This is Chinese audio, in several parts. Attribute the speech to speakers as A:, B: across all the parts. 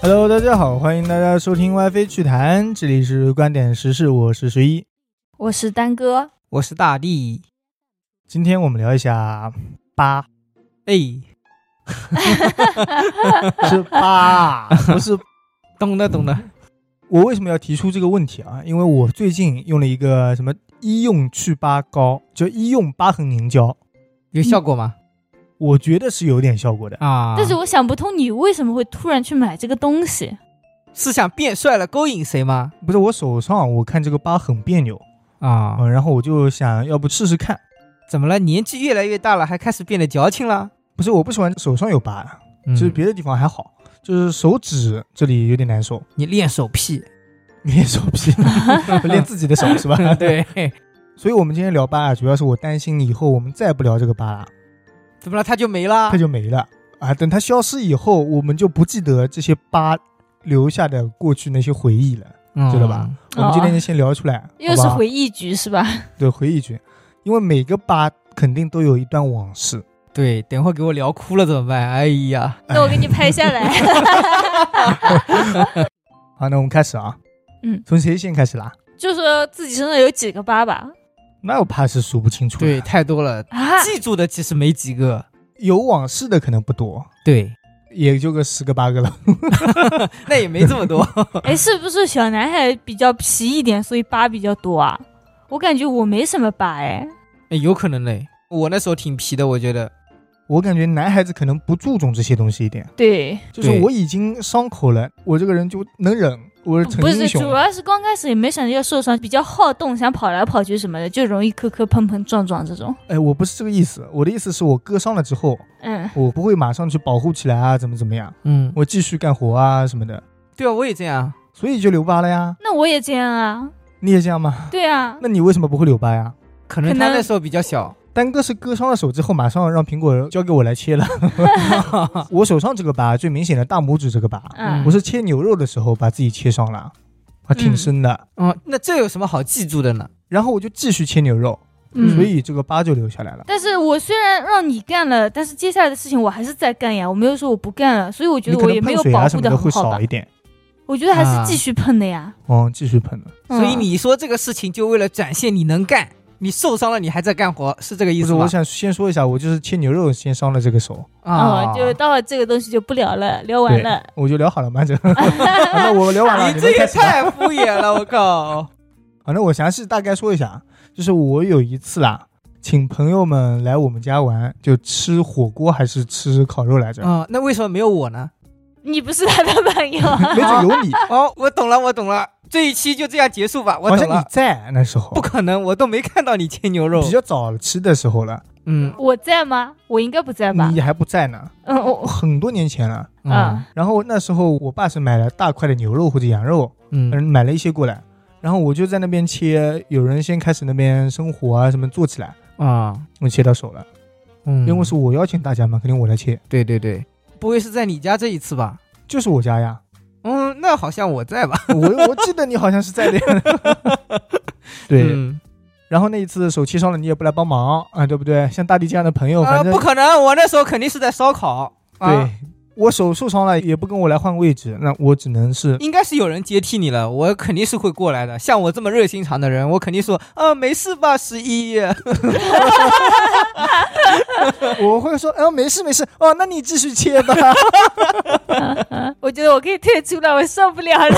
A: Hello，大家好，欢迎大家收听 WiFi 趣谈，这里是观点时事，我是十一。
B: 我是丹
A: 啊
B: 哥，
C: 我是大力，
A: 今天我们聊一下八，
C: 哎，
A: 是八，不是。
C: 懂的懂的，
A: 我为什么要提出这个问题啊？因为我最近用了一个什么医用祛疤膏，就医用疤痕凝胶，
C: 有效果吗？
A: 我觉得是有点效果的。
C: 啊，
B: 但是我想不通你为什么会突然去买这个东西。
C: 是想变帅了勾引谁吗？
A: 不是我手上，我看这个疤很别扭，
C: 啊，
A: 嗯，然后我就想要不试试看。
C: 怎么了？年纪越来越大了，还开始变得矫情了？
A: 不是我不喜欢手上有疤，
C: 嗯
A: 就是别的地方还好，就是手指这里有点难受。
C: 你练手 癖，。
A: 练手臂， 练自己的手是吧？
C: 对，
A: 所以，我们今天聊疤啊，主要是我担心以后我们再不聊这个疤了，
C: 怎么了？他就没了
A: 它？就没了啊。等它消失以后，我们就不记得这些疤留下的过去那些回忆了。
C: 嗯
A: 知道吧？我们今天就先聊出来，
B: 哦又
A: 好
B: 是
A: 吧
B: 回忆局是吧？
A: 对回忆剧，因为每个疤肯定都有一段往事。
C: 对，等会儿给我聊哭了怎么办？哎呀，
B: 那我给你拍下来。
A: 哎好，那我们开始啊。
B: 嗯，
A: 从谁先开始啦？
B: 就说自己身上有几个疤吧？
A: 那我怕是数不清楚的。
C: 对，太多了，
B: 啊，
C: 记住的其实没几个。
A: 有往事的可能不多，
C: 对，
A: 也就个十个八个了。
C: 那也没这么多。
B: 哎，是不是小男孩比较皮一点，所以疤比较多啊？我感觉我没什么疤哎。
C: 哎有可能嘞，我那时候挺皮的，我觉得。
A: 我感觉男孩子可能不注重这些东西一点。
B: 对，
A: 就是
C: 对
A: 我已经伤口了，我这个人就能忍，我是
B: 不
A: 逞英
B: 是，啊主
A: 雄。啊
B: 要是刚开始也没想着要受伤，比较好动，想跑来跑去什么的，就容易磕磕碰碰撞撞这种。
A: 哎，我不是这个意思，我的意思是我割伤了之后，
B: 嗯，
A: 我不会马上去保护起来啊，怎么怎么样，
C: 嗯，
A: 我继续干活啊什么的，
C: 对啊，我也这样。
A: 所以就留疤了呀。
B: 那我也这样啊。
A: 你也这样吗？
B: 对啊，
A: 那你为什么不会留疤呀？
C: 可能
B: 可
C: 他
B: 能
C: 那时候比较小。
A: 丹哥是割伤了手之后，马上让苹果交给我来切了。我手上这个疤最明显的大拇指这个疤，
B: 嗯
A: 我是切牛肉的时候把自己切伤了，还挺深的。
C: 嗯，那这有什么好记住的呢？
A: 然后我就继续切牛肉，
B: 嗯
A: 所以这个疤就留下来了。
B: 但是我虽然让你干了，但是接下来的事情我还是在干呀，我没有说我不干了，所以我觉
A: 你
B: 得
A: 可
B: 我也
A: 能喷
B: 没有
A: 水啊
B: 保
A: 什
B: 护
A: 么
B: 的
A: 的
B: 很
A: 会
B: 好
A: 少
B: 吧
A: 一？点，
B: 我觉得还
C: 啊
B: 是继续喷的呀。
A: 嗯，继续喷了。
B: 嗯
C: 所以你说这个事情就为了展现你能干，你受伤了你还在干活，是这个意
A: 不
C: 思
A: 是，
C: 吗
A: 我？想先说一下，我就是切牛肉先伤了这个手，啊
B: 哦，就到了这个东西就不聊了，聊完了。
A: 我就聊好了吗？这， 好啊那我聊完了，
C: 你
A: 们
C: 这
A: 开
C: 也
A: 始吧。
C: 太敷衍了，我靠！
A: 好，那我详细大概说一下啊，就是我有一次啦，请朋友们来我们家玩，就吃火锅还是吃烤肉来着，
B: 嗯
C: 啊、那为什么没有我呢？
B: 你不是他的朋 友啊，
A: 没准 有你，
C: 哦，我懂了，我懂了，这一期就这样结束吧，我
A: 好
C: 懂
A: 像你
C: 了。
A: 在那时候
C: 不，可能，我都没看到你切牛肉
A: 比。较早吃的时候了，
C: 嗯
B: 我在吗？我应该不在吧
A: 你？还不在呢，
B: 嗯，我
A: 很多年前了。
C: 嗯
B: 啊
A: 然后那时候我爸是买了大块的牛肉或者羊肉，
C: 嗯
A: 嗯，买了一些过来，然后我就在那边切，有人先开始那边生火啊什么做起来，
C: 啊，
A: 我切到手了，
C: 嗯
A: 因为是我邀请大家嘛，肯定我来切，
C: 对对对，不会是在你家这一次吧？
A: 就是我家呀，
C: 嗯，那好像我在吧？
A: 我我记得你好像是在的呀， 对，
C: 嗯
A: 然后那一次手切伤了，你也不来帮忙啊，对不对？像大地这样的朋友，
C: 啊，
A: 哦反正、
C: 不可能，我那时候肯定是在烧烤。啊、
A: 对。我手受伤了，也不跟我来换位置，那我只能 是
C: 应该是有人接替你了，我肯定是会过来的。像我这么热心肠的人，我肯定说，啊，没事吧，十一。
A: 我会说，哎，没事没事，哦，那你继续切吧。
B: 我觉得我可以退出了，我受不了了。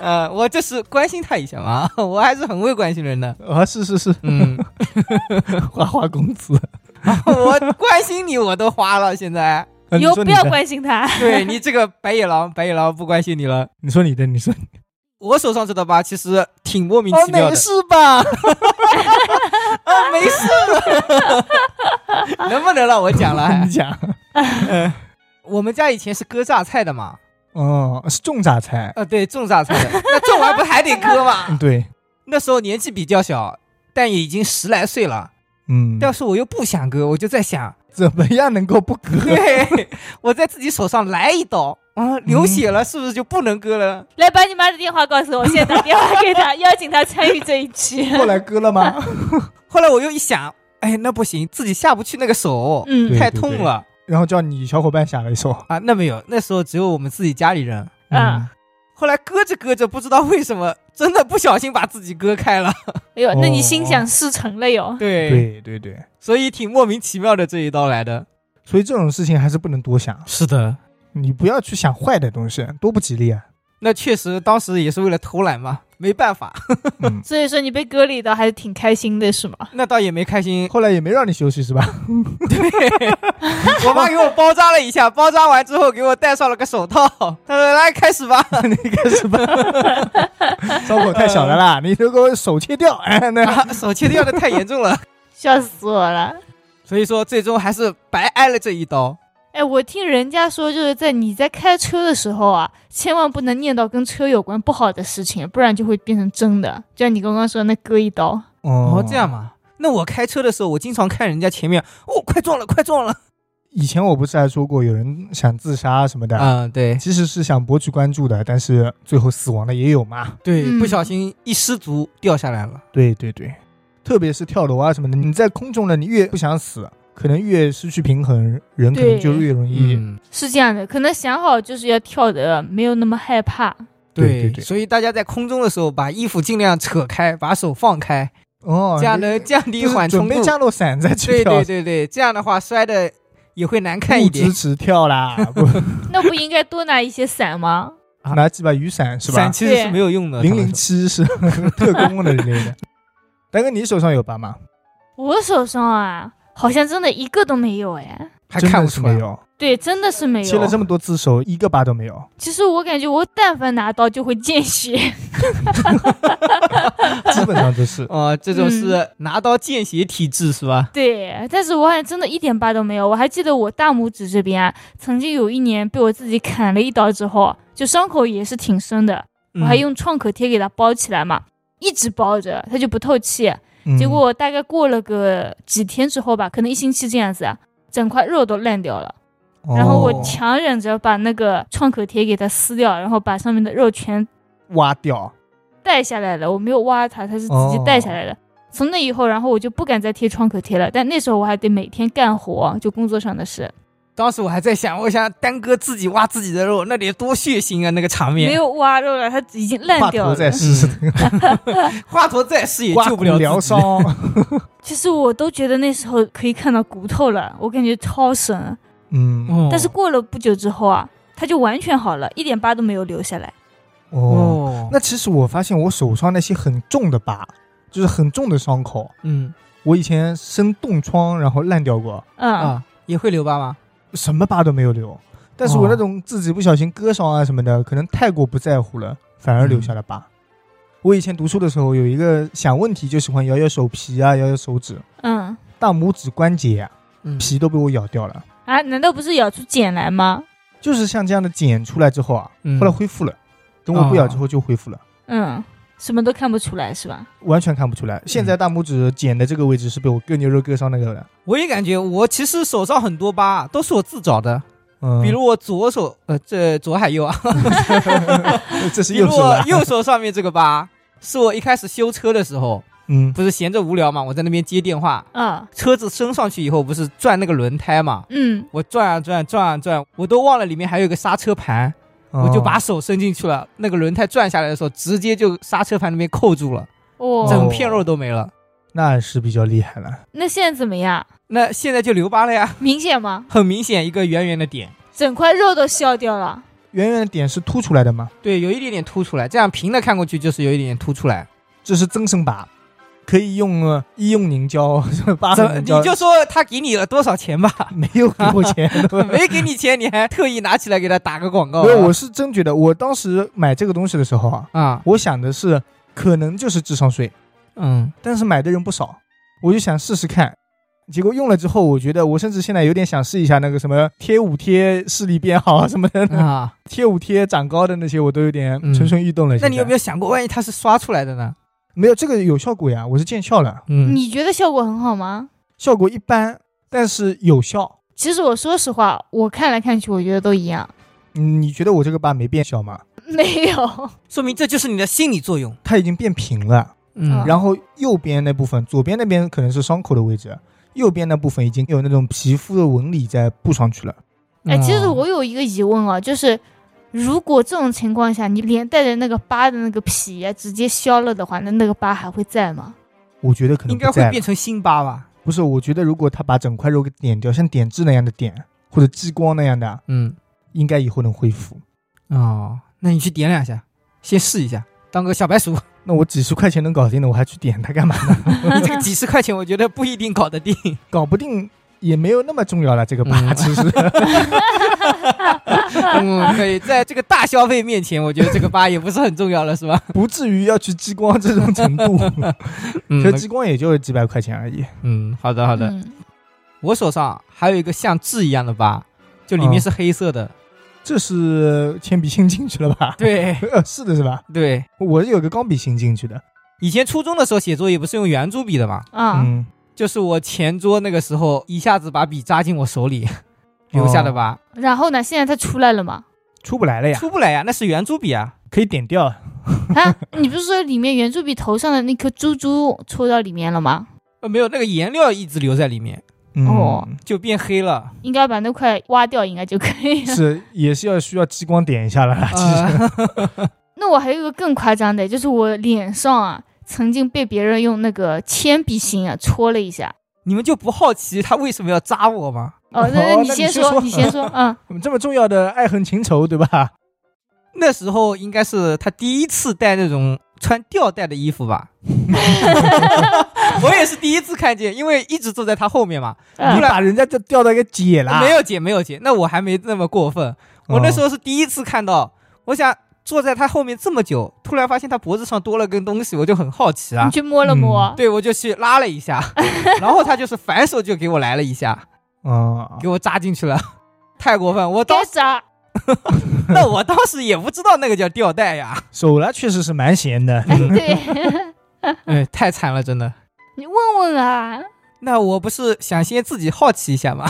C: 呃，我这是关心他一下嘛， 我还是很会关心人的。
A: 啊，是是是，
C: 嗯，
A: 花花公子，
C: 我关心你我都花了，现 在。
A: 啊
B: 以
A: 你
B: 后
A: 说
B: 不
A: 你
B: 要
A: 的，
B: 关心他。
C: 对你这个白眼狼，白眼狼不关心你了。
A: 你说你的，你说你
C: 我手上这道疤其实挺莫名
A: 的
C: 其妙的，
A: 哦事吧？
C: 啊， 没事，哦 能不能让我 讲了？
A: 你讲，
C: 我们家以前是割榨菜的嘛，
A: 哦，是种榨 菜，
C: 呃，对，种榨菜的，那种完不还得割嘛？
A: 嗯，对，
C: 那时候年纪比较小，但也已经十来岁了，
A: 嗯，
C: 但是我又不想割，我就在想，
A: 怎么样能够不割？
C: 对，我在自己手上来一刀，啊，流血了，是不是就不能割了？
B: 来，把你妈的电话告诉我，我现在打电话给他，邀请他参与这一期。
A: 后来割了吗？
C: 后来我又一想，哎，那不行，自己下不去那个手，
B: 嗯
A: 对
C: 太痛了。
A: 然后叫你小伙伴想了一 首，
C: 啊，那没有，那时候只有我们自己家里人。
B: 嗯
A: 嗯，
C: 后来割着割着，不知道为什么，真的不小心把自己割开了。
B: 哎呦，那你
A: 哦
B: 心想事成了哟。，
C: 对
A: 对对对，
C: 所以挺莫名其妙的这一刀来的。
A: 所以这种事情还是不能多想，
C: 是的，
A: 你不要去想坏的东西，多不吉利 啊。
C: 那确实当时也是为了偷懒嘛，没办法。
A: 嗯
B: 所以说你被割了一刀还是挺开心的，是吗？
C: 那倒也没开心，
A: 后来也没让你休息是吧？
C: 我妈给我包扎了一下，包扎完之后给我戴上了个手套。她说：“来开始 吧。
A: 那个是 吧？伤口太小了啦，你都给我手切掉， 哎，那
C: 啊”手切掉的太严重了，
B: 笑死我了！
C: 所以说最终还是白挨了这一刀。
B: 哎，我听人家说，就是在你在开车的时候啊，千万不能念叨跟车有关不好的事情，不然就会变成真的。就像你刚刚说那割一刀，
A: 哦
C: 哦，这样。嘛。那我开车的时候，我经常看人家前面，哦，快撞了，快撞 了。
A: 以前我不是还说过有人想自杀什么的，
C: 嗯，对
A: 其实是想博取关注的，但是最后死亡的也有嘛。
C: 对，
B: 嗯
C: 不小心一失足掉下来了。
A: 对对对，特别是跳楼啊什么的，你在空中了，你越不想死，可能越失去平衡，人可能
B: 对
A: 就越容易。
C: 嗯，
B: 是这样的，可能想好就是要跳的，没有那么害怕。
A: 对对
C: 对
A: 对
C: 所以大家在空中的时候，把衣服尽量扯开，把手放开，
A: 哦，
C: 这样能降低
A: 就是
C: 缓
A: 准
C: 冲
A: 备
C: 度。
A: 降落伞再去
C: 对
A: 跳，
C: 对对对，这样的话摔的也会难看一
A: 不
C: 点
A: 支。持跳 啦，不
B: 那不应该多拿一些伞吗？
C: 啊
A: 拿几把雨伞是吧？
C: 伞其实是没有用的。
A: 零
C: 他
A: 零
C: 们说
A: 七是 特工的之类的。大哥，你手上有疤吗？
B: 我手上啊，好像真的一个都没有哎。
C: 还
A: 真的
C: 看不
A: 是
C: 出
A: 没
C: 来。。
A: 有，
B: 对，真的是没
A: 切了这
B: 有。
A: 么多次手，一个疤都没有，
B: 其实我感觉我但凡拿刀就会见血，
A: 基本上都是
C: 哦，这种是拿刀见血体质是吧？
B: 对，但是我还真的一点疤都没有。我还记得我大拇指这边、啊，曾经有一年被我自己砍了一刀之后，就伤口也是挺深的，我还
C: 嗯
B: 用创可贴给它包起来嘛，一直包着，它就不透气。
A: 嗯
B: 结果大概过了个几天之后吧，可能一星期这样子啊，整块肉都烂掉了。然后我
A: 哦
B: 强忍着把那个创可贴给它撕掉，然后把上面的肉全
A: 挖掉，
B: 带下来了。我没有挖它，它是
C: 哦
B: 直接带下来的。从那以后，然后我就不敢再贴创可贴了。但那时候我还得每天干活，就工作上的事，
C: 当时我还在想，我想丹哥自己挖自己的肉，那得多血腥啊！那个场面，
B: 没有挖肉了，它已经烂
A: 画
B: 掉
A: 头
B: 了。
A: 再试，
C: 华佗再世嗯也
A: 刮
C: 救
A: 骨
C: 不了自己
A: 疗伤。
B: 其实我都觉得那时候可以看到骨头了，我感觉超神。
A: 嗯，
C: 哦
B: 但是过了不久之后啊，它就完全好了，一点疤都没有留下来。
A: 哦，
C: 哦，
A: 那其实我发现我手上那些很重的疤，就是很重的伤口，
C: 嗯
A: 我以前生冻疮然后烂掉过，
B: 嗯，
C: 啊，也会留疤吗？
A: 什么疤都没有留。但是我
C: 哦
A: 那种自己不小心割伤啊什么的，可能太过不在乎了，反而留下
C: 嗯
A: 了疤。我以前读书的时候，有一个想问题就喜欢摇摇手皮啊，摇摇手指，
B: 嗯
A: 大拇指关节啊、
C: 嗯
A: 皮都被我咬掉了，
B: 啊，难道不是咬出茧来吗？
A: 就是像这样的茧出来之后啊，
C: 嗯哦
A: 后来恢复了。等我不咬之后就恢复了，
B: 嗯，什么都看不出来是吧？
A: 完全看不出来。现
C: 嗯
A: 在大拇指茧的这个位置是被我割牛肉割伤那个的，
C: 我也感觉我其实手上很多疤啊都是我自找的，
A: 嗯，
C: 比如我左手，呃，这左还右啊，
A: 这是
C: 比 如
A: 右手
C: 我
A: 了，
C: 右手上面这个疤，是我一开始修车的时候，
A: 嗯
C: 不是闲着无聊嘛，我在那边接电话，
B: 嗯
C: 车子升上去以后不是转那个轮胎嘛，
B: 嗯，
C: 我转啊转，转啊转，我都忘了里面还有一个刹车盘，
A: 哦
C: 我就把手伸进去了，那个轮胎转下来的时候，直接就刹车盘那边扣住了，
A: 这
B: 哦，
C: 整片肉都没了。
A: 那是比较厉害了。
B: 那现在怎么样？
C: 那现在就留疤了呀，
B: 明显吗？
C: 很明显一个圆圆的点，
B: 整块肉都削掉了。
A: 圆圆的点是凸出来的吗？
C: 对，有一点点凸出来，这样平的看过去就是有一点点凸出来。
A: 这是增生疤，可以用呃医用凝胶、 疤
C: 怎
A: 痕
C: 么
A: 凝
C: 你
A: 胶。，
C: 就说他给你了多少钱吧
A: 没有给我钱，对吧
C: 没给你钱，你还特意拿起来给他打个广告 啊。
A: 没有，我是真觉得，我当时买这个东西的时候啊，
C: 啊，
A: 我想的是可能就是智商税，
C: 嗯，
A: 但是买的人不少，我就想试试看。结果用了之后，我觉得我甚至现在有点想试一下那个什么贴五贴视力变好什么的，
C: 啊，
A: 贴五贴长高的那些，我都有点
C: 嗯
A: 蠢蠢欲动了。
C: 那你有
A: 有
C: 没有想过，万一他是刷出来的呢？
A: 没有这个有效果呀？我是见效了，
C: 嗯，
B: 你觉得效果很好吗？
A: 效果一般，但是有效。
B: 其实我说实话，我看来看去，我觉得都一样，
A: 嗯，你觉得我这个疤没变小吗？
B: 没有。
C: 说明这就是你的心理作用。
A: 它已经变平了，
C: 嗯
B: 啊
A: 然后右边那部分，左边那边可能是伤口的位置，右边那部分已经有那种皮肤的纹理在布上去了。
B: 哎，
C: 哦
B: 其实我有一个疑问啊，就是如果这种情况下，你连带着那个疤的那个皮啊直接削了的话，那那个疤还会在吗？
A: 嗯我觉得可能
C: 应该
A: 不
C: 会
A: 在
C: 变
A: 了。
C: 成新疤吧？
A: 不是，我觉得如果他把整块肉给点掉，像点痣那样的点，或者激光那样的，
C: 嗯，
A: 应该以后能恢复。
C: 哦，那你去点两下，先试一下，当个小白 鼠。
A: 那我几十块钱能搞定的，我还去点它干嘛呢？
C: 你这个几十块钱，我觉得不一定搞得 定。
A: 搞不定也没有那么重要了。这个疤
C: 嗯
A: 其实
C: 嗯，可以，在这个大消费面前，我觉得这个疤也不是很重要了，是 吧？
A: 不至于要去激光这种程 度，其实激光也就几百块钱而已。
C: 嗯，好的好的。
B: 嗯
C: 我手上还有一个像痣一样的疤，就里面是黑色的。
A: 这是铅笔芯进去了吧？
C: 对
A: 呃，是的，是吧？
C: 对，
A: 我是有个钢笔芯进去的。
C: 以前初中的时候写作业不是用圆珠笔的嘛，
B: 啊，
A: 嗯，
C: 就是我前桌那个时候一下子把笔扎进我手里留下的疤，
B: 然后呢？现在它出来了 吗？
A: 出不来了呀，
C: 出不来呀，那是圆珠笔啊。
A: 可以点掉。
B: 啊，你不是说里面圆珠笔头上的那颗珠珠戳到里面了吗？
C: 呃，没有，那个颜料一直留在里面，
A: 嗯、
B: 哦，
C: 就变黑了。
B: 应该把那块挖掉，应该就可以了。
A: 是也是要需要激光点一下了 啦。啊其实，
C: 呃、
B: 那我还有一个更夸张的，就是我脸上啊，曾经被别人用那个铅笔芯啊戳了一下。
C: 你们就不好奇他为什么要扎我吗？
B: 哦，那
A: 哦
B: 那你
A: 那你
B: 先
A: 先
B: 说，
A: 说
B: 你先说，嗯，
A: 我们这么重要的爱恨情仇，对吧？
C: 那时候应该是他第一次带那种穿吊带的衣服吧。 我也是第一次看见，因为一直坐在他后面嘛，
A: 你
B: 嗯
A: 把人家这吊带给解了。
C: 没有姐，没有姐，那我还没那么过分。我那时候是第一次看到，我想坐在他后面这么久，突然发现他脖子上多了根东西，我就很好奇
A: 嗯
C: 啊
B: 你。去摸了摸，
C: 对，我就去拉了一下， 然后他就是反手就给我来了一下，
A: 哦，嗯
C: 给我扎进去了，太过分！我当
B: 该扎。
C: 那我当时 也不知道那个叫吊带呀，
A: 手了确实是蛮闲 的。
B: 哎，
C: 嗯
B: 对，
C: 哎，太惨了，真的。
B: 你问问啊，
C: 那我不是想先自己好奇一下吗？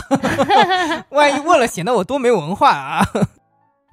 C: 万一问了显得我多没文化啊！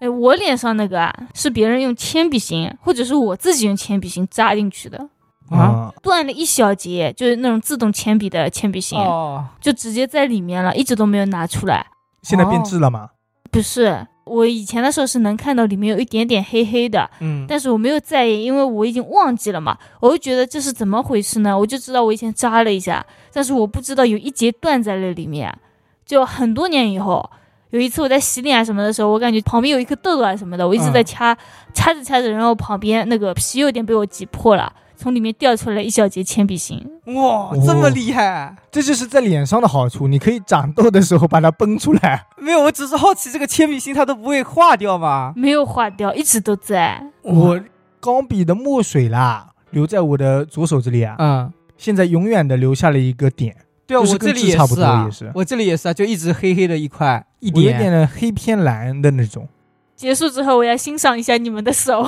B: 哎，我脸上那个啊，是别人用铅笔芯，或者是我自己用铅笔芯扎进去的，
A: 啊，
B: 断了一小节，就是那种自动铅笔的铅笔芯，
C: 哦，
B: 就直接在里面了，一直都没有拿出来。
A: 现在
B: 哦
A: 变质了嘛？
B: 不是，我以前的时候是能看到里面有一点点黑黑的，
C: 嗯，
B: 但是我没有在意，因为我已经忘记了嘛。我就觉得这是怎么回事呢？我就知道我以前扎了一下，但是我不知道有一节断在那里面。就很多年以后，有一次我在洗脸啊什么的时候，我感觉旁边有一颗痘痘啊什么的，我一
C: 嗯
B: 直在掐，掐着掐着，然后旁边那个皮有点被我挤破了，从里面掉出来一小节铅笔芯。
C: 嗯哇，
A: 哦
C: 这么厉害！
A: 这就是在脸上的好处，你可以长痘的时候把它崩出来。
C: 没有，我只是好奇这个铅笔芯它都不会化掉吗？
B: 没有化掉，一直都在。
A: 我钢笔的墨水啦，留在我的左手这里啊，
C: 嗯，
A: 现在永远的留下了一个点，
C: 对啊，
A: 就是
C: 我
A: 跟
C: 这里
A: 痣差不
C: 是
A: 多
C: 啊
A: 也是，
C: 我这里也是啊，就一直黑黑的一块一
A: 我有
C: 点。
A: 点的黑偏蓝的那 种。
B: 结束之后，我要欣赏一下你们的 手。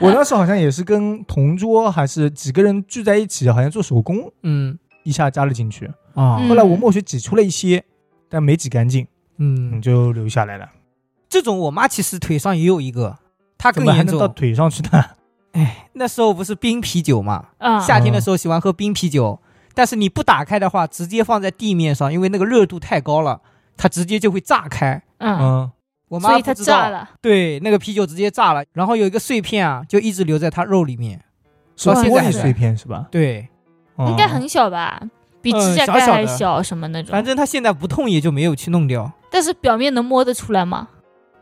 A: 我当时好像也是跟同桌还是几个人聚在一起，好像做手工，
C: 嗯
A: 一下扎了进去。
C: 啊
B: 嗯
A: 后来我墨水挤出了一些，但没挤干净，嗯，
C: 嗯，
A: 就留下来了。
C: 这种我妈其实腿上也有一个，她
A: 怎
C: 更
A: 么还
C: 严
A: 能到
C: 重。
A: 腿上去呢？
C: 那时候不是冰啤酒嘛，
B: 啊，
C: 夏天的时候喜欢喝冰啤酒，但是你不打开的话，直接放在地面上，因为那个热度太高了，它直接就会炸开。
B: 嗯，
A: 嗯，
C: 我妈
B: 所以它
C: 不知道
B: 炸，了。
C: 对，那个啤酒直接炸了，然后有一个碎片啊，就一直留在她肉里面。
A: 是
C: 到现
A: 玻
C: 在还
A: 璃
C: 在
A: 碎片是吧？
C: 对，
A: 哦
B: 应该很小吧，比指甲
C: 嗯
B: 盖
C: 小小
B: 还
C: 的
B: 小什么那种。
C: 反正她现在不痛也就没有去弄掉。
B: 但是表面能摸得出来吗？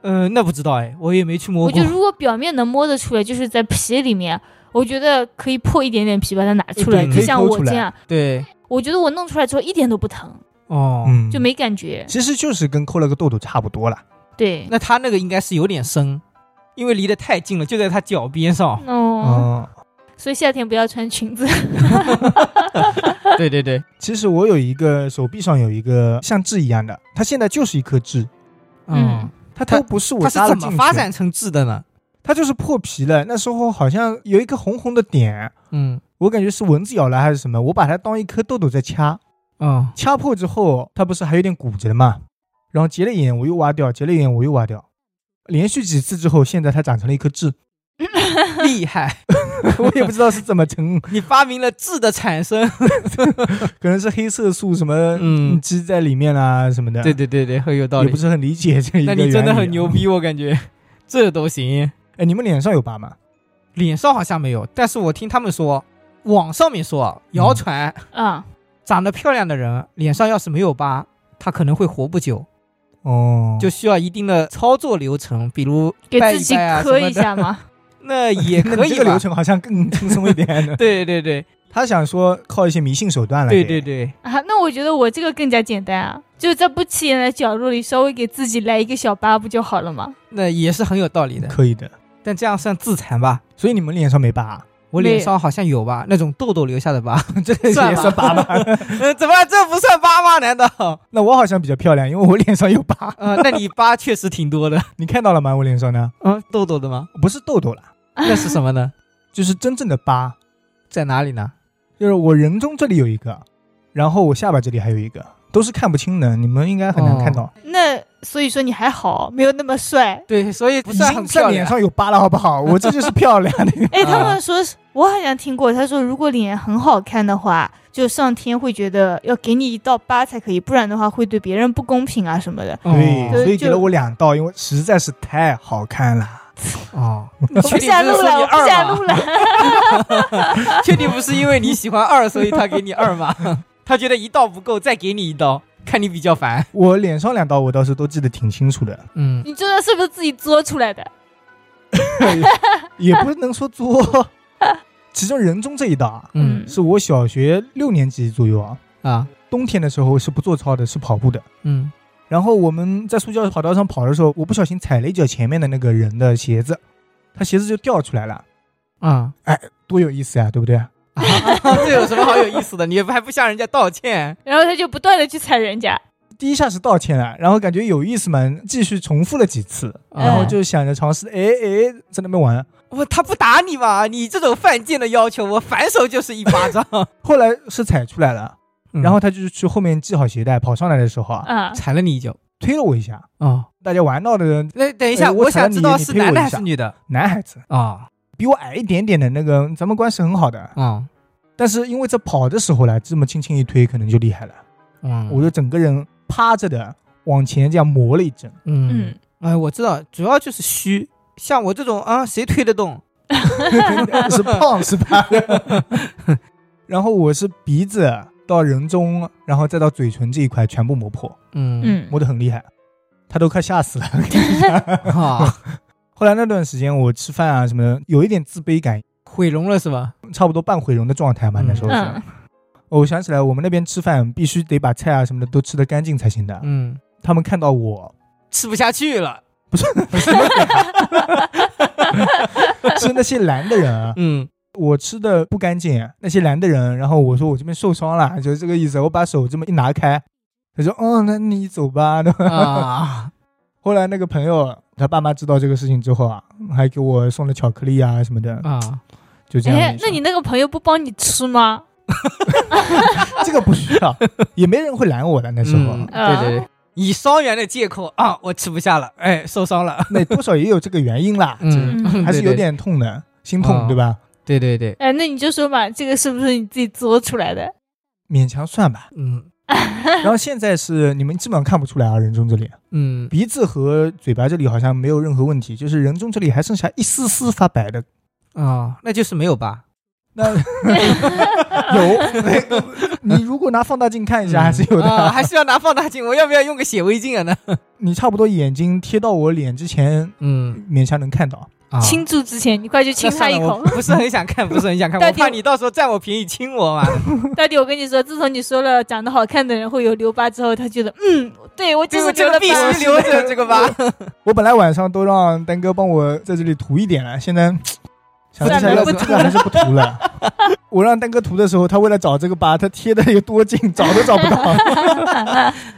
C: 呃，那不知道哎，我也没去摸
B: 我
C: 过
B: 觉得。如果表面能摸得出来，就是在皮里面，我觉得可以破一点点皮把它拿出来，
A: 对
B: 就
A: 可以
B: 像
A: 抠
B: 我
A: 出
B: 这
A: 来
B: 样，
C: 对，
B: 我觉得我弄出来之后一点都不疼，
C: 哦，
A: 嗯，
B: 就没感觉。
A: 其实就是跟抠了个痘痘差不多了。
B: 对，
C: 那她那个应该是有点深，因为离得太近了，就在她脚边上。
B: 哦，
A: 嗯，
B: 所以夏天不要穿裙子。 嗯
C: 对对对，
A: 其实我有一个手臂上有一个像痣一样的，它现在就是一颗痣，
B: 嗯，
A: 它都不是我
C: 它是
A: 扎了
C: 怎
A: 进
C: 么
A: 去，
C: 发展成痣的呢？
A: 它就是破皮了。那时候好像有一个红红的点，
C: 嗯
A: 我感觉是蚊子咬了还是什么，我把它当一颗痘痘在掐，
C: 嗯
A: 掐破之后，它不是还有点骨折的嘛，然后结了眼我又挖掉，结了眼我又挖掉，连续几次之后，现在它长成了一颗痣。
C: 厉害。
A: 我也不知道是怎么成，
C: 你发明了质的产生，
A: 可能是黑色素什么
C: 嗯
A: 基在里面啦、什么的。
C: 对对对对，很有道
A: 也
C: 理
A: 不。是很理解这一个
C: 那你真的
A: 原理啊
C: 很牛。逼，我感觉这都行。
A: 哎，你们脸上有疤吗？
C: 脸上好像没有，但是我听他们说，网上面说，啊谣传、
B: 嗯，
C: 长得漂亮的人脸上要是没有疤，他可能会活不久，
A: 哦，
C: 就需要一定的操作流程，比如
B: 给
C: 掰
B: 自己
C: 掰啊
B: 磕
C: 什么
B: 一
C: 的，
B: 下嘛。
C: 那也
A: 那
C: 可
A: 你
C: 以
A: 这个
C: 吧。
A: 流？程好像更轻松一点呢
C: 对 对对
A: 他想说靠一些迷信手段来。
C: 对对。对，
B: 啊，那我觉得我这个更加简单啊，就在不起眼的角落里稍微给自己来一个小疤不就好了吗？
C: 那也是很有道理的。
A: 可以的，
C: 但这样算自残吧？
A: 所以你们脸上没疤，啊
C: 我脸上好像有吧，那种痘痘留下的疤，
A: 这也
C: 算吧
A: 算疤吗？
C: 嗯，怎么这不算疤吗？难道？
A: 那我好像比较漂亮，因为我脸上有疤。
C: 呃，那你疤确实挺 多的，
A: 你看到了吗？我脸上呢，
C: 嗯，痘痘的 吗？
A: 不是痘痘啦，
C: 那是什么呢？
A: 就是真正的疤，
C: 在哪里呢？
A: 就是我人中这里有一个，然后我下巴这里还有一个，都是看不清的，你们应该很难看到。
C: 哦
B: 那所以说你还好，没有那么帅。
C: 对，所以不
A: 已
C: 算
A: 经
C: 很
A: 在
C: 漂
A: 脸
C: 亮。
A: 上有疤了，好不 好？我这就是漂亮的。
B: 哎，他
C: 啊
B: 们说是，我好像听过，他说如果脸很好看的话，就上天会觉得要给你一道疤才可以，不然的话会对别人不公平啊什么的。
C: 哦
A: 对，所以
B: 就
A: 给了我两道，因为实在是太好看了。
C: 哦，
B: 我不
C: 确定
B: 下
C: 这是
B: 路
C: 说
B: 了，
C: 你
B: 我
C: 二
B: 不下
C: 吗
B: 路了。
C: 确定不是因为你喜欢二，所以他给你二 吗？他觉得一道不够，再给你一刀，看你比较烦。
A: 我脸上两道我倒是都记得挺清楚的，
C: 嗯，
B: 你这个是不是自己作出来的？
A: 也不能说作。 其中人中这一道啊，
C: 嗯
A: 是我小学六年级左右啊，
C: 啊，
A: 冬天的时候是不做操的，是跑步的。
C: 嗯
A: 然后我们在塑胶跑道上跑的时候，我不小心踩了一脚前面的那个人的鞋子，他鞋子就掉出来了，
C: 啊，
A: 多有意思啊呀、对不对？
C: 这有什么好有意思的？你还不向人家道歉？
B: 然后他就不断的去踩人家，
A: 第一下是道歉啊了，然后感觉有意思嘛，继续重复了几次，
B: 嗯
C: 啊
A: 然后就想着尝试，哎哎，在那边玩。
C: 我他不打你吧？你这种犯贱的要求，我反手就是一巴掌。
A: 后来是踩出来了，然
C: 然后
A: 后他就是去后面系好鞋带，跑上来的时候啊，
B: 嗯，
C: 踩了你一脚。
A: 推了我一下。
C: 哦，
A: 大家玩闹的
C: 那等一下，
A: 哎我
C: 我
A: 踩了
C: 想
A: 你
C: 知道
A: 你
C: 是
A: 推我
C: 男的
A: 一
C: 还
A: 下
C: 是女的
A: 男孩子，
C: 啊？
A: 比我矮一点点的那个，咱们关系很好的，
C: 啊，
A: 但是因为在跑的时候呢，这么轻轻一推，可能就厉害了。
C: 嗯
A: 我就整个人趴着的往前这样磨了一 阵，
C: 嗯
B: 嗯，
C: 哎，我知道，主要就是虚。像我这种啊，谁推得动？
A: 是胖是吧？ 然后我是鼻子到人中，然后再到嘴唇这一块全部磨破，
C: 嗯
B: 嗯
A: 磨得很厉害，他都快吓死了。
C: 嗯，啊，
A: 后来那段时间我吃饭啊什么的，有一点自卑感，
C: 毁容了是吧？
A: 差不多半毁容的状态嘛，
C: 嗯
A: 那时候是。
B: 嗯，
A: 我想起来，我们那边吃饭必须得把菜啊什么的都吃得干净才行的。
C: 嗯，
A: 他们看到我
C: 吃不下去了。
A: 是那些蓝的人啊，
C: 嗯，
A: 我吃的不干净，那些拦的人，然后我说我这边受伤了，就是这个意思。我把手这么一拿开，他说：“哦，那你走吧。对吧
C: 啊，
A: 后来那个朋友他爸妈知道这个事情之后啊，还给我送了巧克力啊什么的，
C: 啊，
A: 就这样的
B: 哎
A: 一，说。
B: 那你那个朋友不帮你吃吗？
A: 这个不需要，也没人会拦我的那时候，
C: 嗯
B: 啊
C: 对对对，以伤员的借口啊，我吃不下了，哎，受伤了，
A: 那多少也有这个原因啦，
B: 嗯
A: 这个还是有，点痛的，心痛
C: 嗯
A: 对吧？
C: 对对对，对
B: 哎，那你就说嘛，这个是不是你自己作出来 的？
A: 勉强算吧。
C: 嗯
A: 然后现在是你们基本上看不出来啊，人中这里
C: 嗯，
A: 鼻子和嘴巴这里好像没有任何问题，就是人中这里还剩下一丝丝发白的
C: 啊，那就是没有 吧？
A: 那 有，你如果拿放大镜看一下，还是有的
C: 啊
A: 啊。
C: 还是要拿放大镜，我要不要用个显微镜啊？呢，
A: 你差不多眼睛贴到我脸之前，
C: 嗯，
A: 勉强能看到。
C: 啊
B: 亲住之前，你快去亲他一口。
C: 不是很想看，不是很想看，
B: 到
C: 我
B: 底
C: 怕你到时候占我便宜亲我嘛。
B: 到底我跟你说，自从你说了长得好看的人会有留疤之后，他觉得，嗯，对 我就是
C: 个
B: 留
C: 这
B: 了
C: 个必
B: 疤。
C: 须留着这个吧。
A: 我本来晚上都让丹哥帮我在这里涂一点了，啊现在想了一下，
B: 算了
A: 要
B: 不
A: 是
B: 涂
A: 还是不涂了。我让丹哥涂的时候，他为了找这个疤，他贴的有多近，找都找不到。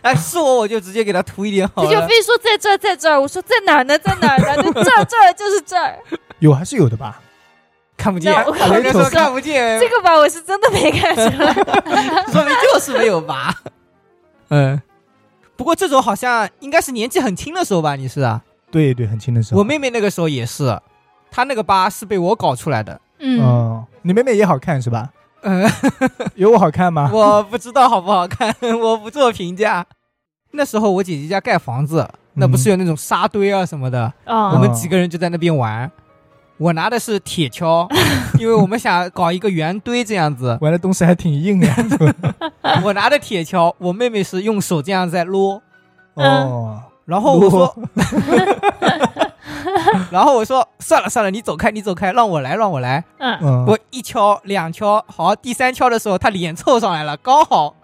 C: 哎，是我我就直接给他涂一点好
B: 他就
C: 了。
B: 非说在这儿，在这儿。我说在哪儿呢？在哪儿呢？就这儿，这儿就是这 儿。
A: 有还是有的吧？
C: 看不见，
B: 那我
C: 人家说
A: 我
C: 看不见，
B: 这个吧，我是真的没看出 来。
C: 说明就是没有 吧。嗯，不过这种好像应该是年纪很轻的时候吧？你是啊？
A: 对对，很轻的时候。
C: 我妹妹那个时候也是，她那个疤是被我搞出来的。
B: 嗯，
A: 嗯，你妹妹也好看是吧？
C: 嗯，
A: 有我好看吗？
C: 我不知道好不好看， 我不做评价。那时候我姐姐家盖房子，那不是有那种沙堆啊什么的，我
B: 啊，
C: 们几个人就在那边玩。我拿的是铁 锹，因为我们想搞一个圆堆这样子。
A: 玩的东西还挺硬呀。
C: 我拿的铁锹，我妹妹是用手这样在撸。
A: 哦，
C: 嗯然后我说，然后我说算了算了，你走开，你走开，让我来，让我来。
B: 嗯，
A: 嗯，
C: 我一敲两敲，好，第三敲的时候，他脸凑上来了，刚好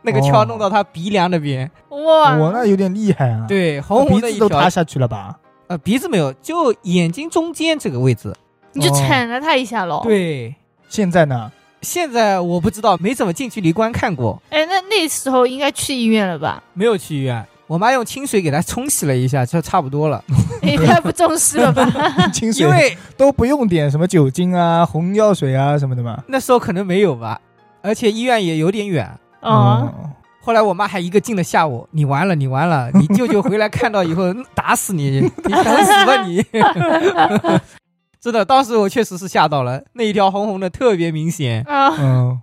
C: 那个
A: 哦
C: 敲弄到他鼻梁那边，
A: 我
B: 哇，
A: 那有点厉害啊，，
C: 对，红红
A: 哦鼻
C: 的一
A: 子都塌
C: 条，
A: 下去了吧？
C: 呃，鼻子没有，就眼睛中间这个位置。
B: 你就铲了他一下
A: 哦
B: 喽。，
C: 哦对，
A: 现在 呢？
C: 现在我不知道，没怎么近距离观看过，
B: 哎，那那时候应该去医院了吧？
C: 没有去医院。我妈用清水给他冲洗了一下，就差不 多了。
B: 也太不重视了吧？
A: 清
C: 因
A: 水
C: 为
A: 都不用点什么酒精啊、红药水啊什么的嘛。
C: 那时候可能没有吧，而且医院也有点远。
B: 啊，
A: 嗯，
C: 后来我妈还一个劲的吓我，你完了，你完了，你舅舅回来看到以后嗯打死你， 你等死吧你！ 真的，当时我确实是吓到了，那一条红红的特别 明显。
B: 啊，
A: 嗯，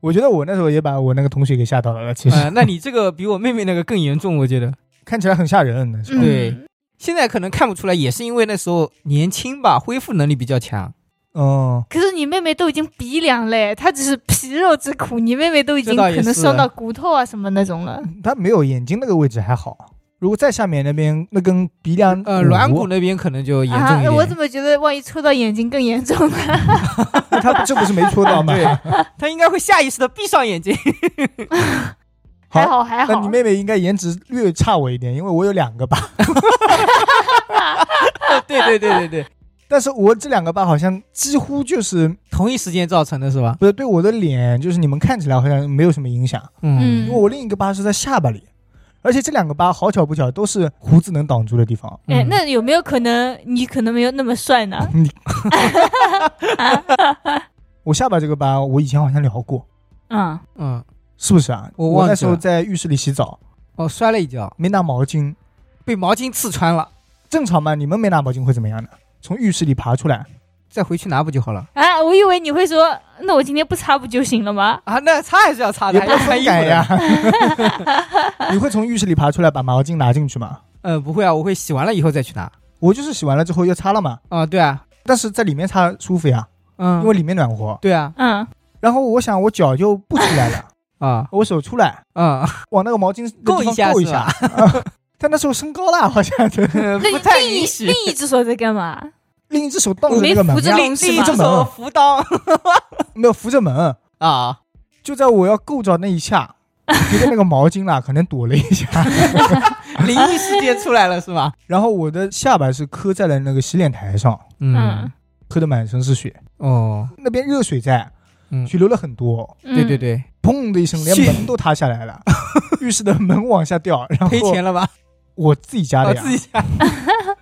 A: 我觉得我那时候也把我那个同学给吓到了，其实、
C: 呃，那你这个比我妹妹那个更严重，我觉得。
A: 看起来很吓人。那时候
B: 嗯
C: 对，现在可能看不出来，也是因为那时候年轻吧，恢复能力比较强。
A: 嗯，
B: 可是你妹妹都已经鼻凉嘞，她只是皮肉之苦，你妹妹都已经
C: 这倒也
B: 可能
C: 是
B: 伤到骨头啊什么那种了。
A: 嗯他没有眼睛那个位置还好，如果再下面那边那根鼻梁哦
C: 呃，软骨，那边可能就严重一
B: 啊，
C: 点。
B: 我怎么觉得万一戳到眼睛更严重呢？
A: 他这不是没戳到吗？
C: 对，他应该会下意识的闭上眼睛。
A: 好
B: 还好还 好。
A: 那你妹妹应该颜值略差我一点，因为我有两个疤，
C: 对对对对对，
A: 但是我这两个疤好像几乎就是
C: 同一时间造成的是吧？
A: 不是对我的脸，就是你们看起来好像没有什么影响，
C: 嗯，
A: 因为我另一个疤是在下巴里，而且这两个疤好巧不巧都是胡子能挡住的地方，
B: 哎，
C: 嗯
B: 那有没有可能你可能没有那么 帅呢？
A: 我下巴这个疤我以前好像聊过，
B: 嗯，
C: 嗯，
A: 是不是啊？
C: 我
A: 我
C: 忘记
A: 那时候
C: 了
A: 在浴室里洗澡
C: 哦，摔了一跤，
A: 没拿毛巾，
C: 被毛巾刺穿了。
A: 正常嘛，你们没拿毛巾会怎么样呢？从浴室里爬出来，
C: 再回去拿不就好了？
B: 啊，我以为你会说，那我今天不擦不就行了吗？
C: 啊，那擦还是要擦的，
A: 也
C: 还
A: 不
C: 要穿
A: 分
C: 衣服
A: 改
C: 的。
A: 呀。 你会从浴室里爬出来把毛巾拿进去吗？
C: 呃，不会啊，我会洗完了以后再去拿。
A: 我就是洗完了之后要擦了嘛，
C: 啊，对啊，
A: 但是在里面擦舒服呀，
C: 嗯，
A: 因为里面暖和。
C: 对啊，
B: 嗯，
A: 然后我想我脚就不出来 了，
C: 啊
A: 我手出来
C: 啊，
A: 往那个毛巾的地方
C: 够一下
A: 够一
C: 是
A: 下
C: 吧。
A: 但那时候身高大，好像
B: 那
C: 不
B: 你
C: 太
B: 另一
C: 允许。
B: 另一只手在干嘛？
A: 另一只手挡着
B: 没
A: 那个门
B: 扶着
A: 呀，
B: 另
A: 扶
B: 一
A: 着
B: 只
C: 手
A: 门，
C: 扶裆
A: 没有扶着门。
C: 啊，
A: 就在我要够着那一下，觉得那个毛巾啦，可能躲了一下，
C: 灵异事件出来了是吧？
A: 然后我的下巴是磕在了那个洗脸台上，
B: 嗯，
A: 磕得满身是血。
C: 哦，
A: 那边热水在，
C: 嗯
A: 血流了很多，
B: 对
C: 对对，对，
A: 砰的一声，连
C: 血
A: 门都塌下来 了，浴室的门往下掉，然后
C: 赔钱了 吧？
A: 我自己家
C: 我
A: 的呀
C: 自，己家，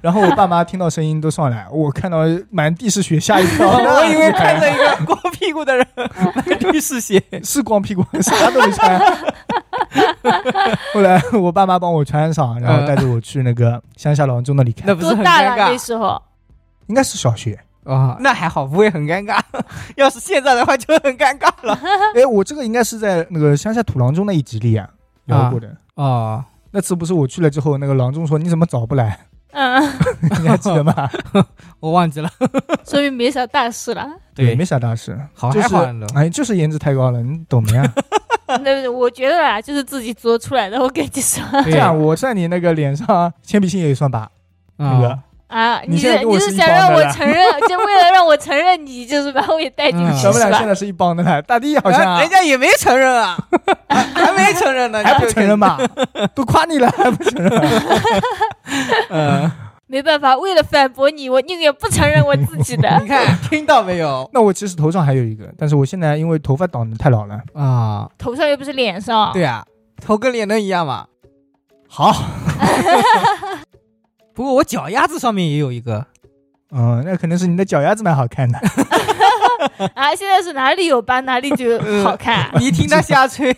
A: 然后我爸妈听到声音都上来，我看到满地是血，吓一 跳，那
C: 我以为
A: 就开
C: 看着一个 光屁股的人，那个律师鞋，
A: 是光屁股，啥都没穿。后来我爸妈帮我穿上，然后带着我去那个乡下郎中那里看，
C: 那不
B: 嗯
C: 是
B: 多
C: 很
B: 大
C: 尴
B: 了那
C: 尬
B: 时候？
A: 应该是小学。
C: 啊？那还好，不会很尴尬。 要是现在的话就很尴尬了。
A: 哎，我这个应该是在那个乡下土郎中那一集里啊聊过的。
C: 哦，
A: 那次不是我去了之后，那个郎中说你怎么早不来？
B: 嗯，
A: 你还记 得吗？
C: 我忘记了。
B: 说明没啥大事 了。
A: 对，没啥大事，
C: 好
A: 就
C: 还
A: 是
C: 好 呢。
A: 哎，就是颜值太高了，你懂没 啊？
B: 那我觉得啊，就是自己做出来的。我跟你说
A: 这
C: 啊
A: 样，我在你那个脸上铅笔芯也算吧，那个
C: 啊，
B: 啊，
A: 你
B: 你
A: 现在
B: 是
A: 跟我
B: 你
A: 是
B: 是
A: 一
B: 想
A: 帮
B: 让
A: 的
B: 我
A: 啦
B: 承认，就为了让我承认你，就是把我也带进
C: 嗯
B: 去
A: 咱们
B: 是
A: 俩
B: 吧
A: 现？在是一帮的了，大地好像
C: 啊
A: 啊
C: 人家也没承认啊， 还还没承认呢，
A: 还不
C: 你就
A: 承 认？吧？ 都夸你了还不承认？
C: 嗯，
B: 没办法，为了反驳你，我宁愿不承认我自己的
C: 你。看听到没有
A: 那我其实头上还有一个，但是我现在因为头发挡的太老了。
C: 啊？
B: 头上又不是脸上，
C: 对啊，头跟脸能一样吗？
A: 好，
C: 不过我脚丫子上面也有一个，
A: 嗯，那可能是你的脚丫子蛮好看的。
B: 啊，现在是哪里有疤哪里 就
C: 呃
B: 好看。
C: 你听 他瞎吹。